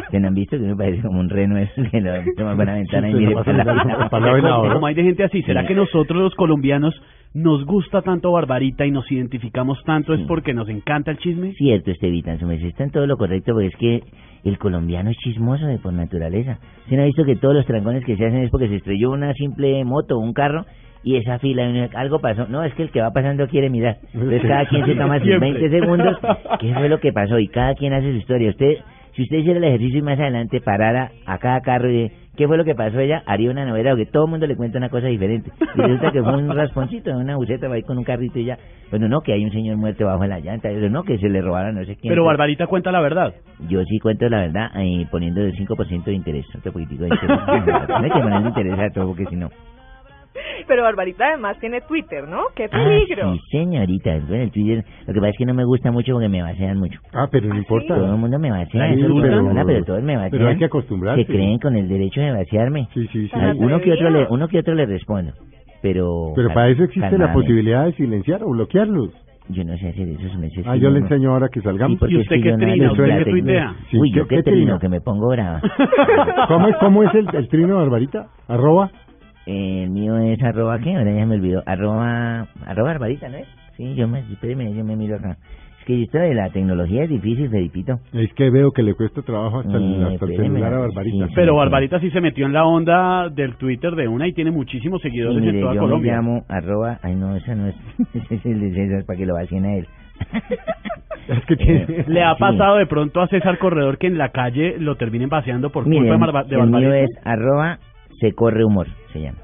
¿Se no han visto que me parece como un reno eso que lo toma por la ventana y
Sí, se
mire
lo
por la
pasa
ventana?
Para la vela
Como-
ahora.
Como hay de gente así, ¿será
Sí.
que nosotros los colombianos nos gusta tanto Barbarita y nos identificamos tanto es
Sí.
porque nos encanta el chisme?
Cierto, Estevitan, su merced está en todo lo correcto porque es que el colombiano es chismoso de por naturaleza. ¿Se no ha visto que todos los trancones que se hacen es porque se estrelló una simple moto o un carro y esa fila, y uno, algo pasó? No, es que el que va pasando quiere mirar. Entonces cada quien se toma sus
Siempre.
20 segundos, qué fue lo que pasó y cada quien hace su historia. Usted, si usted hiciera el ejercicio y más adelante parara a cada carro y de, qué fue lo que pasó ella, haría una novela que todo el mundo le cuenta una cosa diferente. Y resulta que fue un rasponcito, una buceta, va ahí con un carrito y ya. Bueno, no, que hay un señor muerto bajo la llanta, pero no, que se le robaron no sé quién.
Pero Barbarita cuenta la verdad.
Yo sí cuento la verdad eh, poniendo el 5% de interés, otro poquitico de interés. Tiene que ponerle interés a todo porque si no...
Pero Barbarita además tiene Twitter, ¿no? ¡Qué
Ah,
peligro!
sí, señorita. Bueno, el Twitter, lo que pasa es que no me gusta mucho porque me basean mucho.
Ah, pero no importa.
Todo el mundo me basea,
Sí,
eso es
pero-
Barcelona, pero todos me basean.
pero hay que acostumbrarse.
Se creen con el derecho de vaciarme.
Sí, sí, sí.
Tan atrevido.
Uno que otro le, uno que otro le respondo. Pero
Pero para eso existe la
calmadamente.
posibilidad de silenciar o bloquearlos.
Yo no sé hacer eso, se me hace
Ah, yo le
no-
enseño ahora que
Sí,
salgamos.
porque
¿Y usted
es que
qué
yo no
trina?
hablo
¿Usted
la
qué
técnica.
tuitea?
Sí,
Uy,
¿qué-
yo qué,
qué
trino,
trina?
que me pongo brava.
¿Cómo, cómo es el, el trino, Barbarita? Arroba.
Eh, El mío es arroba, ¿qué? Ahora ya me olvidó. Arroba, arroba Barbarita, ¿no es? Sí, yo me, espéreme, yo me miro acá. Es que esto de la tecnología es difícil, Felipito.
Es que veo que le cuesta trabajo hasta el,
Eh,
hasta el
espéreme,
celular a
sí,
Barbarita.
sí.
Pero Barbarita sí se metió en la onda del Twitter de una y tiene muchísimos
Sí,
seguidores en
mire,
toda
yo me
Colombia.
llamo arroba, ay no, esa no es, ese es el de César, para que lo vacíen a él.
Es que tiene-
Eh,
¿Le ha
sí.
pasado de pronto a César Corredor que en la calle lo terminen vaciando por
Mire,
culpa de, Barba- de
el mío
Barbarita?
es arroba se corre humor, se llama.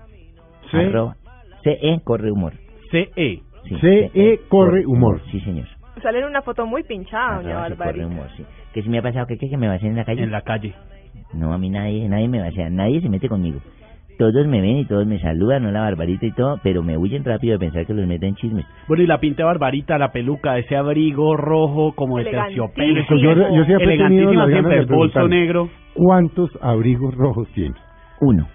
Sí.
Arroba, CE corre humor.
CE.
Sí,
e,
e,
CE E corre humor.
Sí, señor.
Sale en una foto muy pinchada, doña
Acaba de correr
Ah, Barbarita.
un morsi. ¿Qué se me ha pasado? ¿Qué, qué, que me vacían en la calle?
En la calle.
No, a mí nadie, nadie me vacía, nadie se mete conmigo. Todos me ven y todos me saludan, no la barbarita y todo, pero me huyen rápido de pensar que los meten chismes.
Bueno, y la pinta de barbarita, la peluca, ese abrigo rojo como de terciopelo.
Eso,
Pues
yo, yo siempre he tenido
elegantísima,
las ganas
siempre
de
el bolso
preguntarle,
negro.
¿Cuántos abrigos rojos tiene?
Uno.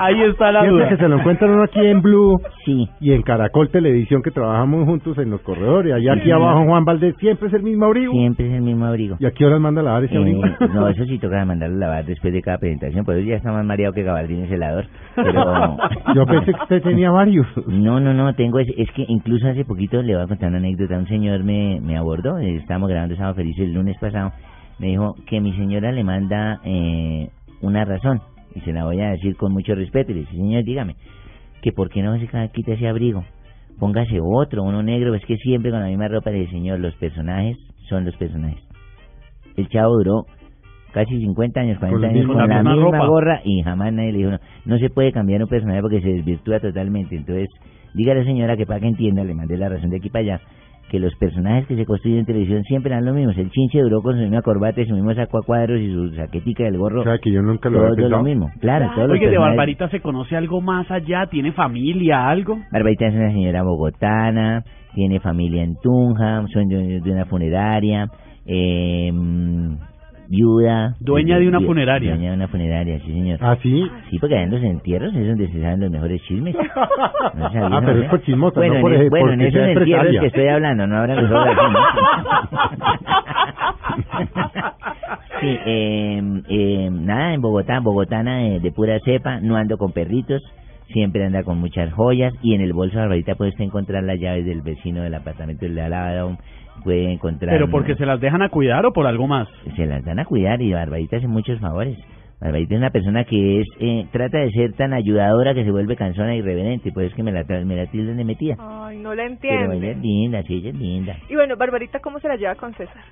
Ahí está la
Siempre
duda.
que se lo encuentran uno aquí en Blue
Sí.
y en Caracol Televisión que trabajamos juntos en los corredores. Allá aquí
Sí.
abajo Juan Valdés siempre es el mismo abrigo.
Siempre es el mismo abrigo.
¿Y a qué horas manda a lavar ese
Eh,
abrigo?
no, eso sí toca mandarlo a lavar después de cada presentación, por eso ya está más mareado que Gabardines helador. Pero...
Yo pensé que usted tenía varios.
No, no, no, tengo es, es que incluso hace poquito le voy a contar una anécdota. Un señor me, me abordó, eh, estábamos grabando Sábado Feliz el lunes pasado. Me dijo que mi señora le manda eh, una razón y se la voy a decir con mucho respeto. Y le dije, señor, dígame, que por qué no se ca- quita ese abrigo, póngase otro, uno negro. Es que siempre con la misma ropa le dije, señor, los personajes son los personajes. El chavo duró casi 50 años,
Con
40
la
años
misma-
con
la
la
misma
misma,
ropa.
gorra y jamás nadie le dijo, no, no se puede cambiar un personaje porque se desvirtúa totalmente. Entonces, dígale señora que para que entienda, le mandé la razón de aquí para allá, que los personajes que se construyen en televisión siempre eran los mismos. El chinche duró con su misma corbata y su mismo saco a cuadros y su saquetica del gorro.
O sea, que yo nunca lo había
todo lo
pensado.
mismo, claro. Todos los
Oye, de
personajes-
barbarita se conoce algo más allá, tiene familia, algo.
Barbarita es una señora bogotana, tiene familia en Tunja, son dueños de una funeraria, eh, mm, viuda.
Dueña de una
Viu-
funeraria.
Dueña de una funeraria, sí, señor.
¿Ah, sí?
Sí, porque allá en los entierros es donde se saben los mejores chismes. No sabía,
Ah, pero
¿no?
es por chismosa,
bueno,
no por
en,
eje-
Bueno, en
porque
esos
sea
entierros
empresaria.
que estoy hablando, no habrán los ojos así, ¿no? Sí, eh, eh, nada, en Bogotá, bogotana de, de pura cepa, no ando con perritos, siempre anda con muchas joyas y en el bolso de Barbarita puedes encontrar las llaves del vecino del apartamento de la lado, puede encontrar...
Pero porque se las dejan a cuidar o por algo más.
se las dan a cuidar y Barbarita hace muchos favores. Barbarita es una persona que es eh, trata de ser tan ayudadora que se vuelve cansona e irreverente, pues es que me la, tra- me la tildan de metida.
Ay, no la
Pero ella es
entiende.
linda, sí, ella es linda.
Y bueno, Barbarita, ¿cómo se la lleva con César?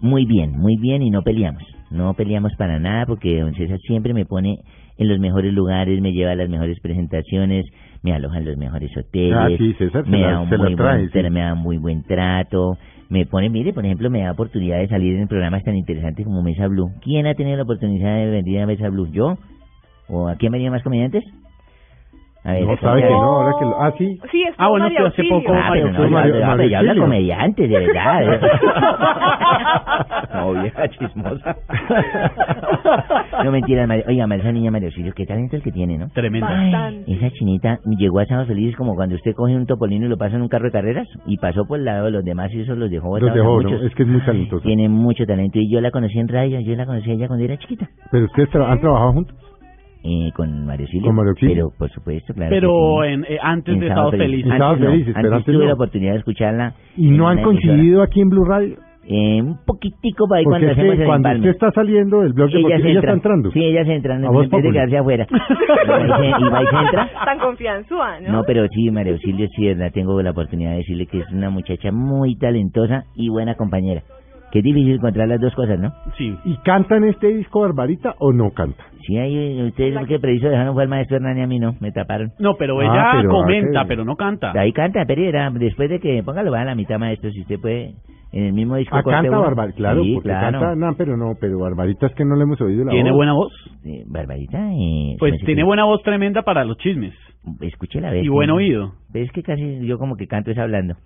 Muy bien, muy bien y no peleamos. No peleamos para nada porque don César siempre me pone en los mejores lugares, me lleva a las mejores presentaciones, me aloja en los mejores hoteles.
Ah, sí, César se
me
la-
da un
se la
muy
trae,
buen, tra-
sí.
me da muy buen trato. Me pone, mire, por ejemplo, me da oportunidad de salir en programas tan interesantes como Mesa Blue. ¿Quién ha tenido la oportunidad de venir a Mesa Blue? ¿Yo? ¿O a quién venían más comediantes? A ver,
No,
¿a quién
sabe que
era?
no, ahora que lo... Ah, sí.
Sí, es
Ah, bueno,
María
que hace
Auxilio.
poco-
Ah, pero no,
Mario-
yo,
Mario
yo- yo hablo
Auxilio.
comediante, de verdad. no, vieja chismosa. no mentiras, Mario. Oiga, María, esa niña Mario Auxilio, qué talento el que tiene, ¿no?
Tremenda.
Bastante.
Esa chinita llegó a Sábado Feliz como cuando usted coge un topolino y lo pasa en un carro de carreras y pasó por el lado de los demás y eso los dejó
Los
botados a
dejó, ¿no?
muchos.
es que es muy talentosa.
Tiene mucho talento y yo la conocí en radio, yo la conocí a ella cuando era chiquita,
¿Pero ustedes tra- han trabajado juntos?
eh, con Mario Auxilio.
Con Mario Auxilio.
Pero, por supuesto, claro.
Pero
que sí.
en, eh, antes
En
de Estados
Feliz.
Felices.
Antes Estados
no,
Felices, pero
antes
antes
tuve
no.
la oportunidad de escucharla.
¿Y
en
no han
una emisora.
coincidido aquí en Blue Radio?
Eh, un poquitico para ahí
Porque
cuando
es
hacemos
que
el
cuando
empalme.
usted está saliendo del blog de
Ella se
ella está
entra.
entrando.
Sí, ella se entra,
A Voz
en vez de
Populi.
quedarse afuera. ¿Y va y se- y va y se entra?
Tan confianzúa, ¿no?
No, pero sí, María Auxilio, sí, de verdad, tengo la oportunidad de decirle que es una muchacha muy talentosa y buena compañera. Que es difícil encontrar las dos cosas, ¿no?
Sí.
¿Y cantan este disco Barbarita o no canta?
Sí, ahí ustedes que preciso dejaron fue al maestro Hernán y a mí no, me taparon.
No, pero
Ah,
ella
pero,
comenta,
ah, sí.
pero no canta.
Ahí canta, Pereira, después de que póngalo va a la mitad, maestro, si usted puede, en el mismo disco.
Ah,
corte
canta
uno.
Barbarita, claro,
Sí,
porque
claro.
canta, no, pero no, pero Barbarita es que no le hemos oído la
¿Tiene
voz.
buena voz?
Eh, Barbarita, eh,
Pues
parece
tiene
que-
buena voz tremenda para los chismes.
Escuché la vez.
Y buen oído.
Pero es que casi yo como que canto es hablando.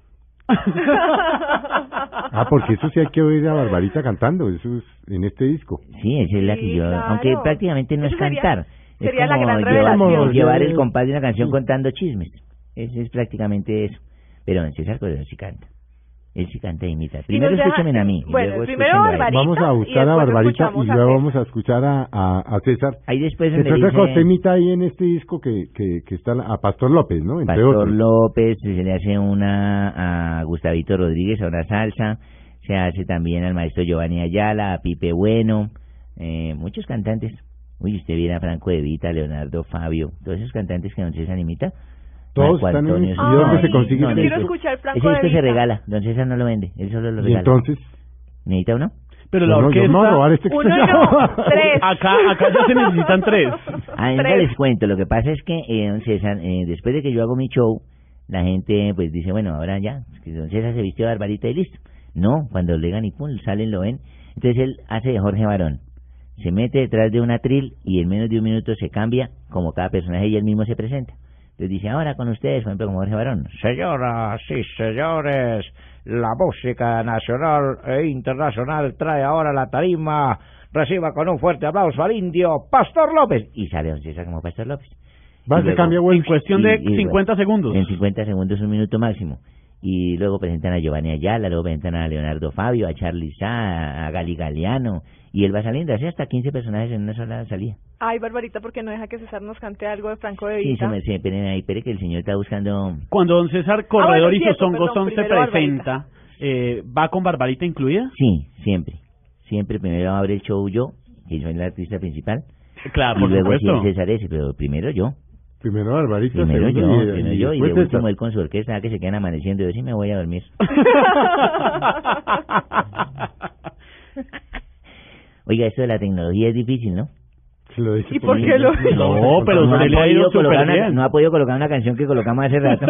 Ah, porque eso sí hay que oír a Barbarita cantando, eso es en este disco.
Sí, esa es la
Sí,
que yo...
claro.
Aunque prácticamente no
Eso
es
sería-
cantar.
sería
es
la
como
gran
llevar,
revelación.
llevar el compás de una canción
Sí.
contando chismes. Eso es prácticamente eso. Pero don César Cordero sí canta. Él sí canta e imita. Primero
nos deja-
escúchame a mí. y
bueno,
luego
primero
escúchenlo a él.
Barbarita.
Vamos a
y
buscar a
después
Barbarita y
escuchamos a
luego
César.
vamos a escuchar a, a, a César.
Ahí después
Se
donde
trata
dice
con temita ahí en este disco que, que, que está la- a Pastor López, ¿no? Entre
Pastor
otros.
López, se le hace una a Gustavito Rodríguez, a una salsa. Se hace también al maestro Giovanni Ayala, a Pipe Bueno. eh, muchos cantantes. Uy, usted viene a Franco Evita, Leonardo Fabio. Todos esos cantantes que don César imita.
Todos
Marco
están en
Antonio
el-
Solís.
¿y dónde se
consigue
ese disco?
ese-
escuchar Franco
Ese disco
Evita.
se regala. Don César no lo vende. Él solo lo
Y
regala.
entonces,
¿Necesita uno?
Pero la
no, no, yo
orquesta.
me voy a robar este que
Uno
está-
no, tres.
Acá, acá ya se necesitan tres.
Ah, venga,
Tres.
les cuento. Lo que pasa es que, eh, don César, eh, después de que yo hago mi show, la gente pues dice, bueno, ahora ya, es que don César se vistió de barbarita y listo. No, cuando llegan y pum, salen, lo ven. Entonces él hace de Jorge Barón. Se mete detrás de un atril y en menos de un minuto se cambia, como cada personaje y él mismo se presenta. Entonces dice, ahora con ustedes, por ejemplo, como Jorge Barón.
Señoras y señores, la música nacional e internacional trae ahora la tarima. Reciba con un fuerte aplauso al indio Pastor López.
Y sale don César como Pastor López.
Va,
Y
se
luego-
cambia Wolf. En cuestión de 50
segundos. En 50 segundos, un minuto máximo. Y luego presentan a Giovanni Ayala, luego presentan a Leonardo Fabio, a Charly Sá, a Gali Galeano. Y él va saliendo, hace hasta 15 personajes en una sola salida.
Ay, Barbarita, porque no deja que César nos cante algo de Franco de
Sí, se
Vita. Ah,
me, se me pere ahí, espere que el señor está buscando...
Cuando don César Corredor
bueno,
y
cierto,
Sosongo
perdón,
Son se
primero
presenta, eh, ¿va con Barbarita incluida?
Sí, siempre. Siempre primero abre el show yo, que soy la artista principal.
Claro,
y
por
luego
supuesto.
sí el César ese, pero primero yo.
Primero Barbarita,
Primero yo,
segundo y- eh,
primero
y
yo. Y
después
de
César.
último él con su orquesta, que se quedan amaneciendo. Yo sí me voy a dormir. Oiga, esto de la tecnología es difícil, ¿no?
Lo dice
¿Y por qué lo
No, pero
no,
se le ha
podido
ido súper
colocar una-
bien.
no ha podido colocar una canción que colocamos hace rato.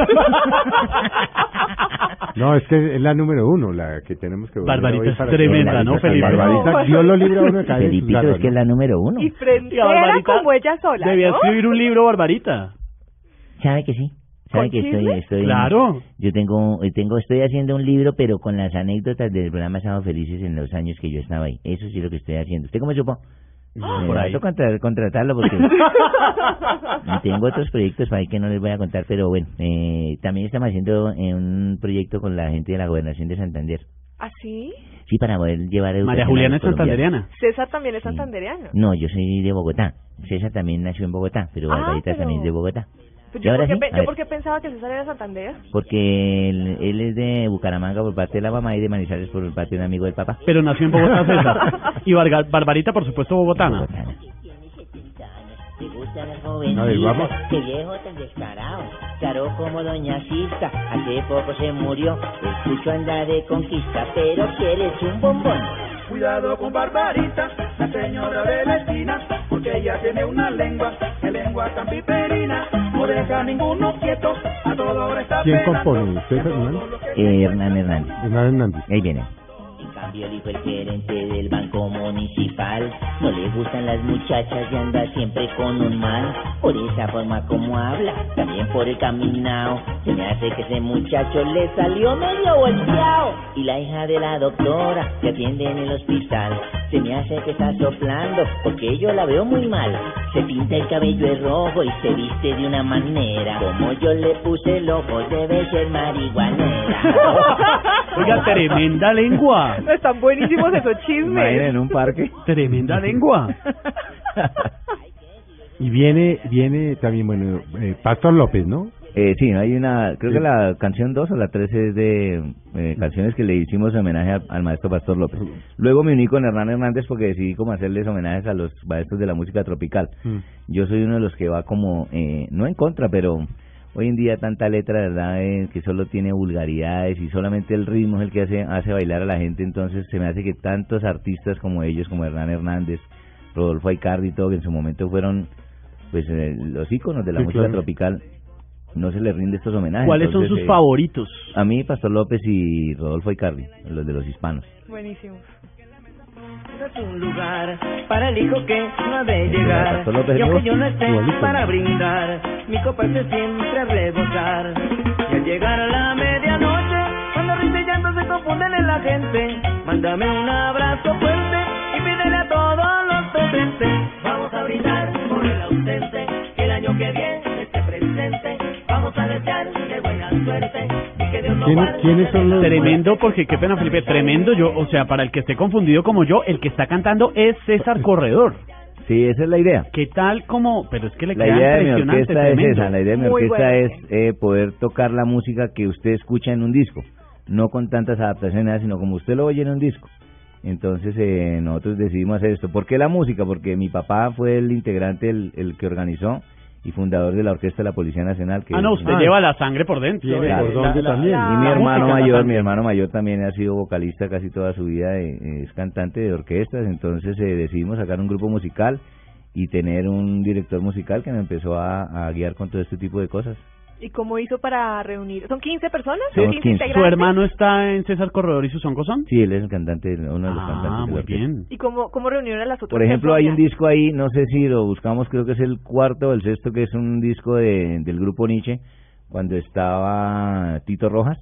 No, es que es la número uno, la que tenemos que volver
Barbarita
hoy
es
para-
tremenda,
Barbarita,
¿no, Felipe?
Barbarita, Dios lo libre a uno de caer. en sus
Felipito
garras,
es que es la número uno.
Y frente
Y a Barbarita
como ella sola,
Debía
¿no?
escribir un libro, Barbarita.
¿Sabe que sí?
¿Con
¿Sabe que estoy,
chisme?
estoy...
Claro.
Yo tengo, eh, tengo, estoy haciendo un libro, pero con las anécdotas del programa Sábado Felices en los años que yo estaba ahí. Eso sí es lo que estoy haciendo. ¿Usted cómo supo?
Ah,
Me
por
va a
ahí.
tocar contratarlo porque tengo otros proyectos para ahí que no les voy a contar, pero bueno, eh, también estamos haciendo eh, un proyecto con la gente de la gobernación de Santander.
¿Así?
Sí, para poder llevar educación
María
a
Juliana
los
es
colombianos.
santandereana.
César también es
Sí.
santandereano.
No, yo soy de Bogotá. César también nació en Bogotá, pero
Ah,
Barbarita
pero-
también es de Bogotá.
Pues
¿Y
yo,
ahora
porque,
sí?
pe-
A
yo
ver.
porque pensaba que César era Santander.
Porque él, él es de Bucaramanga por parte de la mamá y de Manizales por parte de un amigo del papá.
Pero nació en Bogotá, César. Y Barga- Barbarita, por supuesto, bogotana.
Bogotana.
Me gustan las
A ver, vamos.
jovencitas, qué viejo tan descarado, claro como doña Sista, hace poco se murió, escucho andar de conquista, pero quieres un bombón.
Cuidado con Barbarita, la señora de la esquina, porque ella tiene una lengua, que lengua tan piperina, no deja a ninguno quieto, a toda hora está
¿Quién
penando.
compone? ¿Usted, Hernán?
Eh, Hernán Hernández.
Hernán Hernández.
Ahí viene.
En cambio el hijo el gerente del banco municipal, no le gustan las muchachas y anda siempre con un mal, por esa forma como habla, también por el caminado, se me hace que ese muchacho le salió medio volteado, y la hija de la doctora que atiende en el hospital, se me hace que está soplando, porque yo la veo muy mal, se pinta el cabello de rojo y se viste de una manera, como yo le puse el ojo, debe ser marihuanera.
Oiga, tremenda lengua.
No, están buenísimos esos chismes.
en un parque.
Tremenda lengua.
Y viene, viene también, bueno, eh, Pastor López, ¿no?
Eh, sí, hay una, creo
Sí.
que la canción 2 o la 3 es de eh, canciones que le hicimos homenaje al, al maestro Pastor López. Luego me uní con Hernán Hernández porque decidí como hacerles homenajes a los maestros de la música tropical.
Mm.
Yo soy uno de los que va como, eh, no en contra, pero hoy en día tanta letra, ¿verdad? eh, que solo tiene vulgaridades y solamente el ritmo es el que hace, hace bailar a la gente. Entonces se me hace que tantos artistas como ellos, como Hernán Hernández, Rodolfo Aicardi, y todo, que en su momento fueron pues eh, los íconos de la
Sí,
música
claro.
tropical no se le rinde estos homenajes.
¿Cuáles son
Entonces,
sus
eh,
favoritos?
A mí, Pastor López y Rodolfo Icardi, los de los hispanos.
Buenísimos.
un lugar para el hijo que no ha de llegar.
Pastor López,
Y aunque yo no
amigo,
esté
igualito.
para brindar, mi copa esté siempre a rebosar. Y al llegar a la medianoche, cuando risa y llanto se confunden en la gente, mándame un abrazo fuerte y pídele a todos los presentes. Vamos a brindar por el ausente, que el año que viene esté presente. Vamos a desearle buena suerte y que Dios nos
¿Quién-
guarde
quiénes son
de
los-
la
Tremendo, porque qué pena, Felipe. Tremendo yo. O sea, para el que esté confundido como yo, el que está cantando es César Corredor.
Sí, esa es la idea.
¿Qué tal como.? Pero es que le
La
queda
idea de mi
impresionante.
orquesta es
tremendo.
esa. La idea de mi
Muy
orquesta
bueno.
es eh, poder tocar la música que usted escucha en un disco. No con tantas adaptaciones, sino como usted lo oye en un disco. Entonces eh, nosotros decidimos hacer esto. ¿Por qué la música? Porque mi papá fue el integrante, el, el que organizó y fundador de la Orquesta de la Policía Nacional. Que
Ah, no,
es-
usted lleva la sangre por dentro.
Tiene
La-
por dónde
la-
también.
Y mi
la
hermano
música, la
mayor,
sangre.
mi hermano mayor también ha sido vocalista casi toda su vida, eh, eh, es cantante de orquestas, entonces eh, decidimos sacar un grupo musical y tener un director musical que me empezó a, a guiar con todo este tipo de cosas.
¿Y cómo hizo para reunir? ¿Son 15 personas?
Somos
15
15.
¿Su
integrantes?
hermano está en César Corredor y Susan Cosón?
Sí, él es el cantante, uno de los
Ah,
cantantes. de la
muy
orquesta.
bien.
¿Y cómo, cómo reunieron a las otras
Por ejemplo, hay un
personas?
disco ahí, no sé si lo buscamos, creo que es el cuarto o el sexto, que es un disco de, del grupo Nietzsche, cuando estaba Tito Rojas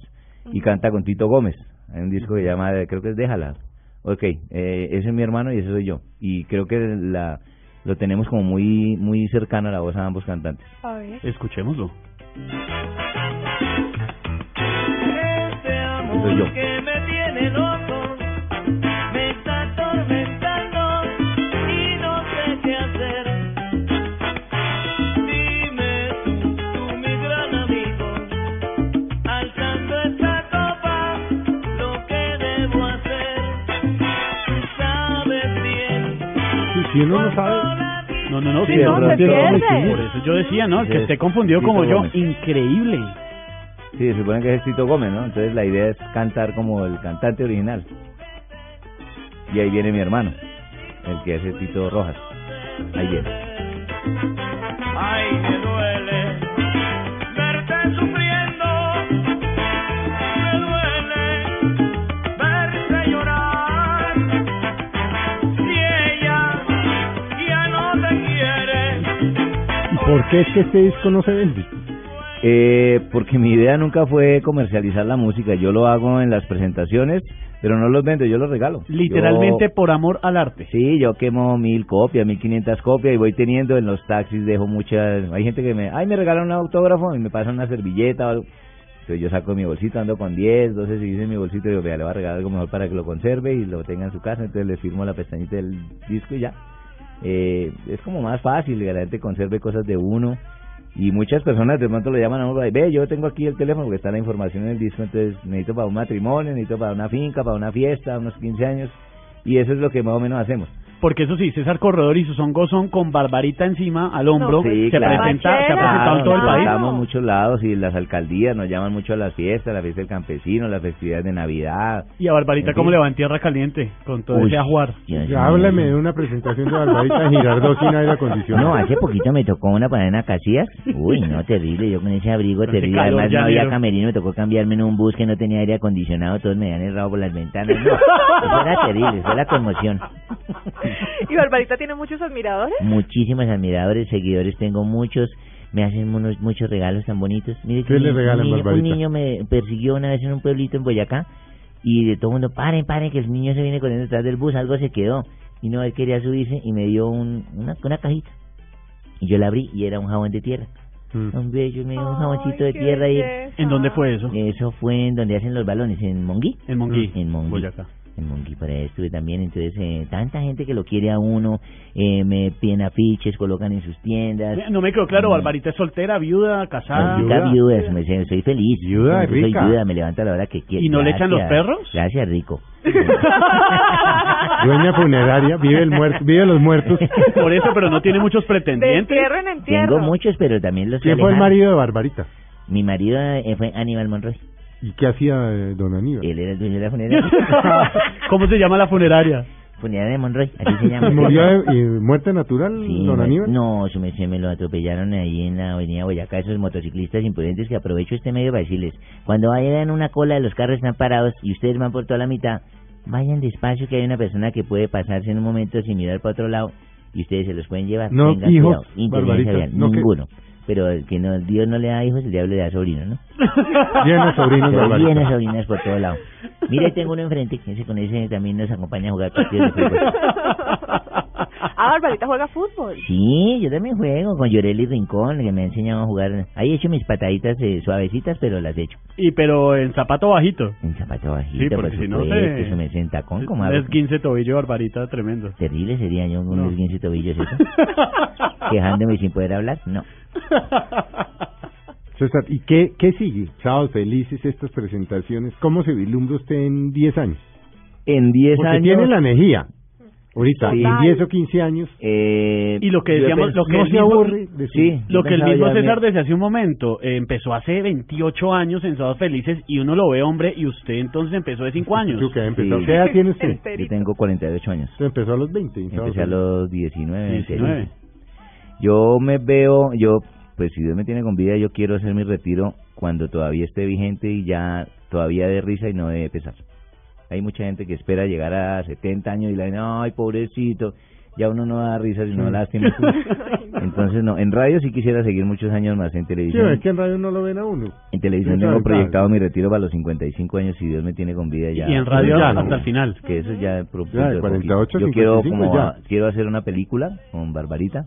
y canta con Tito Gómez. Hay un disco que se llama, creo que es Déjala. Ok, eh, ese es mi hermano y ese soy yo. Y creo que la, lo tenemos como muy, muy cercano a la voz a ambos cantantes.
A ver.
Escuchémoslo.
Este
Soy yo.
amor que me tiene loco me está atormentando y no sé qué hacer. Dime tú, tú mi gran amigo, alzando esta copa, lo que debo hacer. Sabes bien,
si uno no sabe.
No, no, no,
Sí,
sí,
no,
pero
se
sí,
pierde.
sí, Por eso yo decía, ¿no? El que
Sí,
esté confundido
sí,
como
sí,
yo.
Gómez.
Increíble.
Sí, se supone que es Tito Gómez, ¿no? Entonces la idea es cantar como el cantante original. Y ahí viene mi hermano, el que hace Tito Rojas. Ahí viene.
ay me duele verte sufriendo, me duele verte llorar. Si ella ya no te quiere,
¿Y por qué es que este disco no se vende?
Eh, porque mi idea nunca fue comercializar la música. Yo lo hago en las presentaciones, pero no los vendo, yo los regalo.
Literalmente por amor al
Yo-
arte.
sí, yo quemo mil copias, mil quinientas copias y voy teniendo en los taxis, dejo muchas... Hay gente que me... Ay, me regalan un autógrafo y me pasan una servilleta o algo. Entonces yo saco mi bolsito, ando con 10, 12 si en mi bolsito y digo, vea, le voy a regalar algo mejor para que lo conserve y lo tenga en su casa. Entonces le firmo la pestañita del disco y ya. Eh, es como más fácil que la gente conserve cosas de uno. Y muchas personas de pronto lo llaman a uno, ve, yo tengo aquí el teléfono porque está la información en el disco, entonces necesito para un matrimonio, necesito para una finca, para una fiesta, unos 15 años. Y eso es lo que más o menos hacemos.
Porque eso sí, César Corredor y Susan Gozón con Barbarita encima al hombro.
Sí,
se,
claro.
presenta, se ha
Claro,
presentado en todo el
nos
país.
presentamos en muchos lados y las alcaldías nos llaman mucho a las fiestas, la fiesta del campesino, las festividades de Navidad.
Y a Barbarita,
En
¿cómo
fin.
le va en tierra caliente? Con todo
Uy,
ese ajuar.
Dios mío.
Ya háblame de una presentación de Barbarita Girardot sin aire acondicionado.
No, hace
poquito
me tocó una panadena Casillas.
Uy, no,
terrible. Yo con ese abrigo
Con ese
terrible.
calor,
Además,
ya
no había
vieron.
camerino. Me tocó cambiarme en un bus que no tenía aire acondicionado. Todos me habían errado por las ventanas. No, eso era terrible. Fue la conmoción.
¿Y Barbarita tiene muchos admiradores?
Muchísimos admiradores, seguidores. Tengo muchos. Me hacen unos, muchos regalos tan bonitos. Mire que
¿Qué
un
le
niño-
regalan,
un niño- un
Barbarita?
niño me persiguió una vez en un pueblito en Boyacá. Y de todo el mundo, paren, paren, que el niño se viene corriendo detrás del bus. Algo se quedó. Y no, él quería subirse y me dio un, una, una cajita. Y yo la abrí y era un jabón de tierra.
Mm.
Un bello, me dio un jaboncito de tierra y
¿En dónde fue eso?
eso fue en donde hacen los balones, en Monguí.
En Monguí.
En Monguí.
Boyacá.
En Monguí, por ahí estuve también. Entonces, eh, tanta gente que lo quiere a uno, eh, me piden afiches, colocan en sus tiendas.
No me quedó claro, Barbarita es soltera, viuda, casada.
Ahorita viuda, me dicen, soy feliz.
Viuda y
soy
rica.
viuda, me levanto a la hora que quiero.
¿Y no le echan los perros?
Gracias, rico.
Dueña funeraria, vive el muerto, vive los muertos.
Por eso, pero no tiene muchos
De
pretendientes.
entierro en entierro.
Tengo muchos, pero también los
¿Quién fue el
alejando.
marido de Barbarita?
Mi marido eh, fue Aníbal Monroy.
¿Y qué hacía eh, don Aníbal?
Él era el dueño de la funeraria.
¿Cómo se llama la funeraria?
funeraria de Monroy, así se llama.
¿Murió de y muerte natural
Sí,
don
me-
Aníbal?
No, su merced, me lo atropellaron ahí en la avenida Boyacá, esos motociclistas imprudentes que aprovecho este medio para decirles, cuando vayan en una cola, los carros están parados y ustedes van por toda la mitad, vayan despacio que hay una persona que puede pasarse en un momento sin mirar para otro lado y ustedes se los pueden llevar.
No,
Tengan
hijos,
cuidado.
Barbarita,
Interferencia vial,
no, que-
ninguno. Pero el que no, Dios no le da hijos, el diablo le da sobrinos, ¿no?
Lleno de sobrinos de
Pero
Barbarita.
vienen sobrinas por todo lado. Mira, ahí tengo uno enfrente, que ese con ese también nos acompaña a jugar partidos de fútbol.
Ah, Barbarita juega fútbol.
Sí, yo también juego con Yoreli Rincón, que me ha enseñado a jugar. Ahí he hecho mis pataditas eh, suavecitas, pero las he hecho
Y pero en zapato bajito.
en zapato bajito.
Sí, porque
por
si no
supuesto,
se-
eso me senta con como
Es
hago.
15 tobillo, Barbarita, tremendo.
Terrible sería yo con
No.
unos 15 tobillos eso. Quejándome sin poder hablar, no.
César, ¿y qué, qué sigue? Sábados felices, estas presentaciones. ¿Cómo se vislumbra usted en 10 años?
En 10
Porque tiene la energía. Ahorita,
Sí.
en 10 o 15 años.
Eh,
Y lo que
yo
decíamos,
pens-
lo que
no
el
se
mismo-
aburre de su-
Sí,
Lo
yo
que el
pensaba
mismo
ya,
César
mira,
desde hace un momento eh, empezó hace 28 años en Sábados Felices y uno lo ve hombre y usted entonces empezó de 5 años.
Tú que empezó-
Sí.
¿Qué edad tiene usted?
Este-
Yo tengo 48 años.
Usted empezó a los 20. en Sábados
Empecé a
Felices.
los 19.
19.
Yo me veo, yo pues si Dios me tiene con vida, yo quiero hacer mi retiro cuando todavía esté vigente y ya todavía de risa y no de pesar. Hay mucha gente que espera llegar a 70 años y la dicen, ay, pobrecito, ya uno no da risa sino lástima. Entonces, no, en radio sí quisiera seguir muchos años más, en
Sí,
televisión.
es que en radio no lo ven a uno.
En televisión
Eso
tengo
es
proyectado mi retiro para los 55 años, si Dios me tiene con vida ya.
Y en radio
Ya,
hasta
¿no?
el final.
Pues Que eso ya es propio.
Ya, de 48,
Yo quiero,
55
como
ya.
a- quiero hacer una película con Barbarita,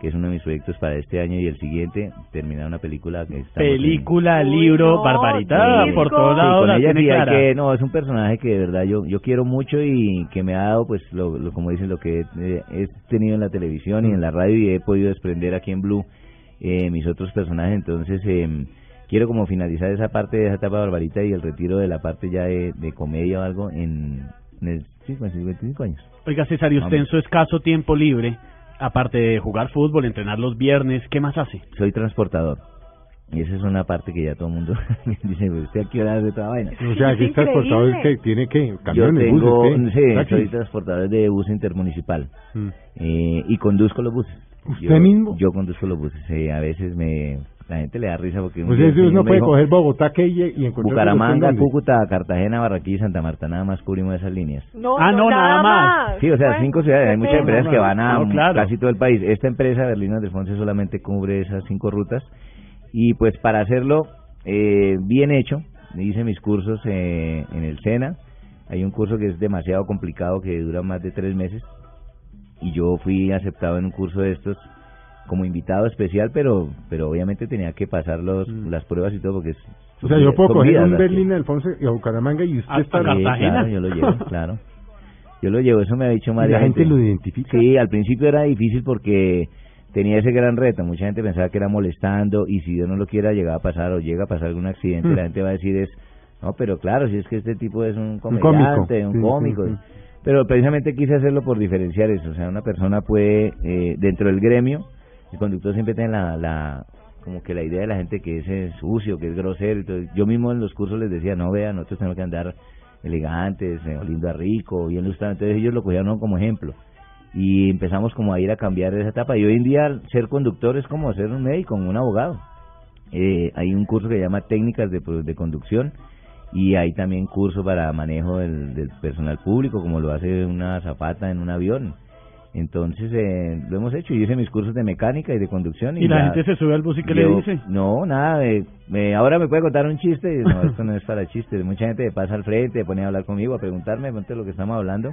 que es uno de mis proyectos para este año y el siguiente, terminar una película que está...
Película, libro, barbarita, por todos lados la tiene clara.
no, es un personaje que de verdad yo, yo quiero mucho y que me ha dado, pues, lo, lo- como dicen, lo que eh, he tenido en la televisión y en la radio y he podido desprender aquí en Blue eh, mis otros personajes. Entonces, eh, quiero como finalizar esa parte de esa etapa de Barbarita y el retiro de la parte ya de, de comedia o algo en, en el, sí, con 55 años.
Oiga, César, y usted en su escaso tiempo libre, aparte de jugar fútbol, entrenar los viernes, ¿qué más hace?
soy transportador. Y esa es una parte que ya todo el mundo dice, "Pero ¿usted a qué hora hace toda vaina?
O sea, aquí está el portador que tiene que
Yo
camiones,
tengo,
buses, ¿qué?
sí,
Taxis.
soy transportador de bus intermunicipal
Mm.
eh, y conduzco los buses.
¿Usted
Yo-
mismo?
Yo conduzco los buses. eh, a veces me la gente le da risa porque... un
O
día
sea, si Pues uno
me
puede
dijo,
coger Bogotá que y, y encontrar
Bucaramanga, Cúcuta, Cartagena, Barranquilla y Santa Marta, nada más cubrimos esas líneas.
No,
Ah, no, nada más.
Sí, o sea, cinco ciudades. Hay muchas
pena.
empresas que van a
No, claro.
casi todo el país. Esta empresa, Berlín Alfonso, solamente cubre esas cinco rutas. Y pues para hacerlo eh, bien hecho, hice mis cursos eh, en el SENA. Hay un curso que es demasiado complicado, que dura más de tres meses. Y yo fui aceptado en un curso de estos como invitado especial, pero pero obviamente tenía que pasar los,
Mm.
las pruebas y todo, porque es...
O sea, yo puedo
son
coger
vidas
un
las que-
Berlín Alfonso y a Bucaramanga y
Ah,
usted está...
Sí, Claro, yo lo llevo, claro. Yo lo llevo, eso me ha dicho María.
la gente lo identifica.
Sí, al principio era difícil porque tenía ese gran reto. Mucha gente pensaba que era molestando y si Dios no lo quiera llegaba a pasar o llega a pasar algún accidente,
Mm.
la gente va a decir es, no, pero claro, si es que este tipo es un
cómico,
comediante,
sí,
un
sí,
cómico.
sí.
Pero precisamente quise hacerlo por diferenciar eso. O sea, una persona puede, eh, dentro del gremio, el conductor siempre tiene la, la como que la idea de la gente que es, eh, sucio, que es grosero. y todo. yo mismo en los cursos les decía, no vean, nosotros tenemos que andar elegantes, eh, oliendo a rico, bien lustrado. Entonces ellos lo cogieron como ejemplo. Y empezamos como a ir a cambiar esa etapa. Y hoy en día ser conductor es como ser un médico, un abogado. Eh, hay un curso que se llama Técnicas de, Pro- de Conducción y hay también curso para manejo del, del personal público, como lo hace una zapata en un avión. Entonces eh, lo hemos hecho. Yo hice mis cursos de mecánica y de conducción.
Y la
ya
gente se sube al bus y ¿qué le
llevo-
dice?
No, nada. de- me- ahora me puede contar un chiste. Y, No, esto no es para chistes. Mucha gente pasa al frente, pone a hablar conmigo, a preguntarme de pronto lo que estamos hablando.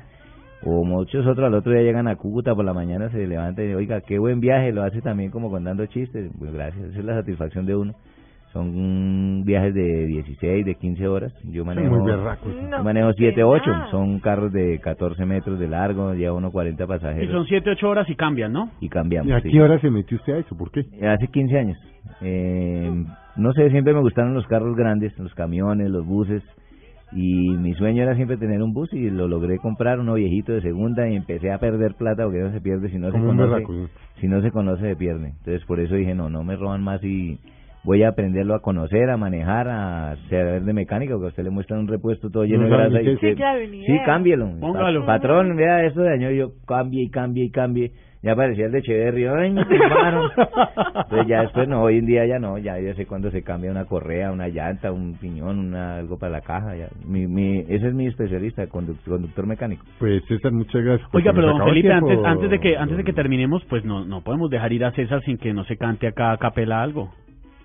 O muchos otros al otro día llegan a Cúcuta por la mañana, se levantan y oiga, qué buen viaje, lo hace también como contando chistes. Pues gracias, esa es la satisfacción de uno. Son mm, viajes de 16, de 15 horas. Yo manejo
muy berracos.
pues
yo manejo 7, 8. Son carros de 14 metros de largo, lleva uno 40
Y
pasajeros
son 7, 8 horas y cambian, ¿no?
y cambiamos.
¿Y a
sí.
qué hora se metió usted a eso? ¿Por qué?
Hace 15 años. Eh, no sé, siempre me gustaron los carros grandes, los camiones, los buses. Y mi sueño era siempre tener un bus y lo logré comprar, uno viejito de segunda, y empecé a perder plata porque no se pierde si no se
Como un
conoce.
berraco. ¿sí?
Si no se conoce, se pierde. Entonces por eso dije, no, no me roban más y voy a aprenderlo a conocer, a manejar, a saber de mecánica, porque a usted le muestran un repuesto todo lleno
No
de
sabe ni qué
grasa. Y
es.
usted,
Sí, claro, ni
sí,
idea.
cámbielo. Pa-
Póngalo.
patrón, vea esto de año, yo cambie y cambie y cambie. Ya parecía el de Echeverry, ay, mi hermano. Entonces ya después no, hoy en día ya no, ya yo sé cuándo se cambia una correa, una llanta, un piñón, una, algo para la caja. Ya. Mi, mi, ese es mi especialista, conduct- conductor mecánico.
Pues César, muchas gracias.
Oiga,
porque
pero
nos
don
acabó el
Felipe,
tiempo.
antes, antes de que antes de que terminemos, pues no no podemos dejar ir a César sin que no se cante acá a capela algo.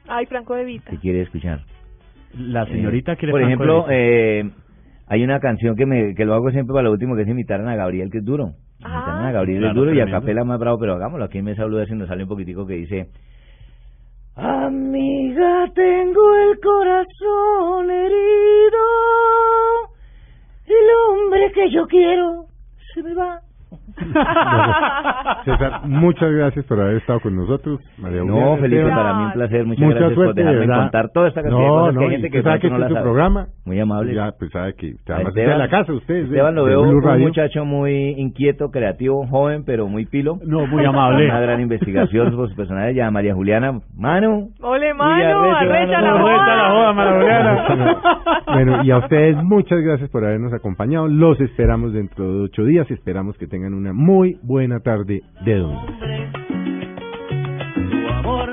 Ay, Franco de Vita.
¿Qué quiere escuchar?
La señorita
Eh,
quiere
Por
Franco
ejemplo,
de
eh, hay una canción que me que lo hago siempre para lo último, que es imitaran a Gabriel, que es duro. Imitaran a Gabriel
claro,
es duro y a
tremendo.
Capela más bravo, pero hagámoslo. Aquí me saluda si nos sale un poquitico que dice...
Amiga, tengo el corazón herido. El hombre que yo quiero se me va.
César, muchas gracias por haber estado con nosotros. María
No,
Eugenia,
Felipe,
Esteban.
para mí un placer. Muchas
Mucha
gracias por
suerte, de
dejarme
verdad.
contar toda esta cantidad
No,
de cosas que
no,
hay gente
usted sabe
que pronto
que
no
este
la
es su
sabe.
programa.
Muy amable.
Ya, pues sabe que usted además
Esteban-
está en la casa, usted. es de-
Esteban lo
de
veo
Blue
un
Radio.
muchacho muy inquieto, creativo, joven, pero muy pilo.
No, muy amable.
Una gran investigación por sus personajes. Ya María Juliana, mano.
Ole,
mano,
mano, arrecha la
mano.
joda.
Bueno, y a ustedes muchas gracias por habernos acompañado. Los esperamos dentro de ocho días. Esperamos que tengan una muy buena tarde de domingo.
Tu amor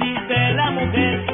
mujer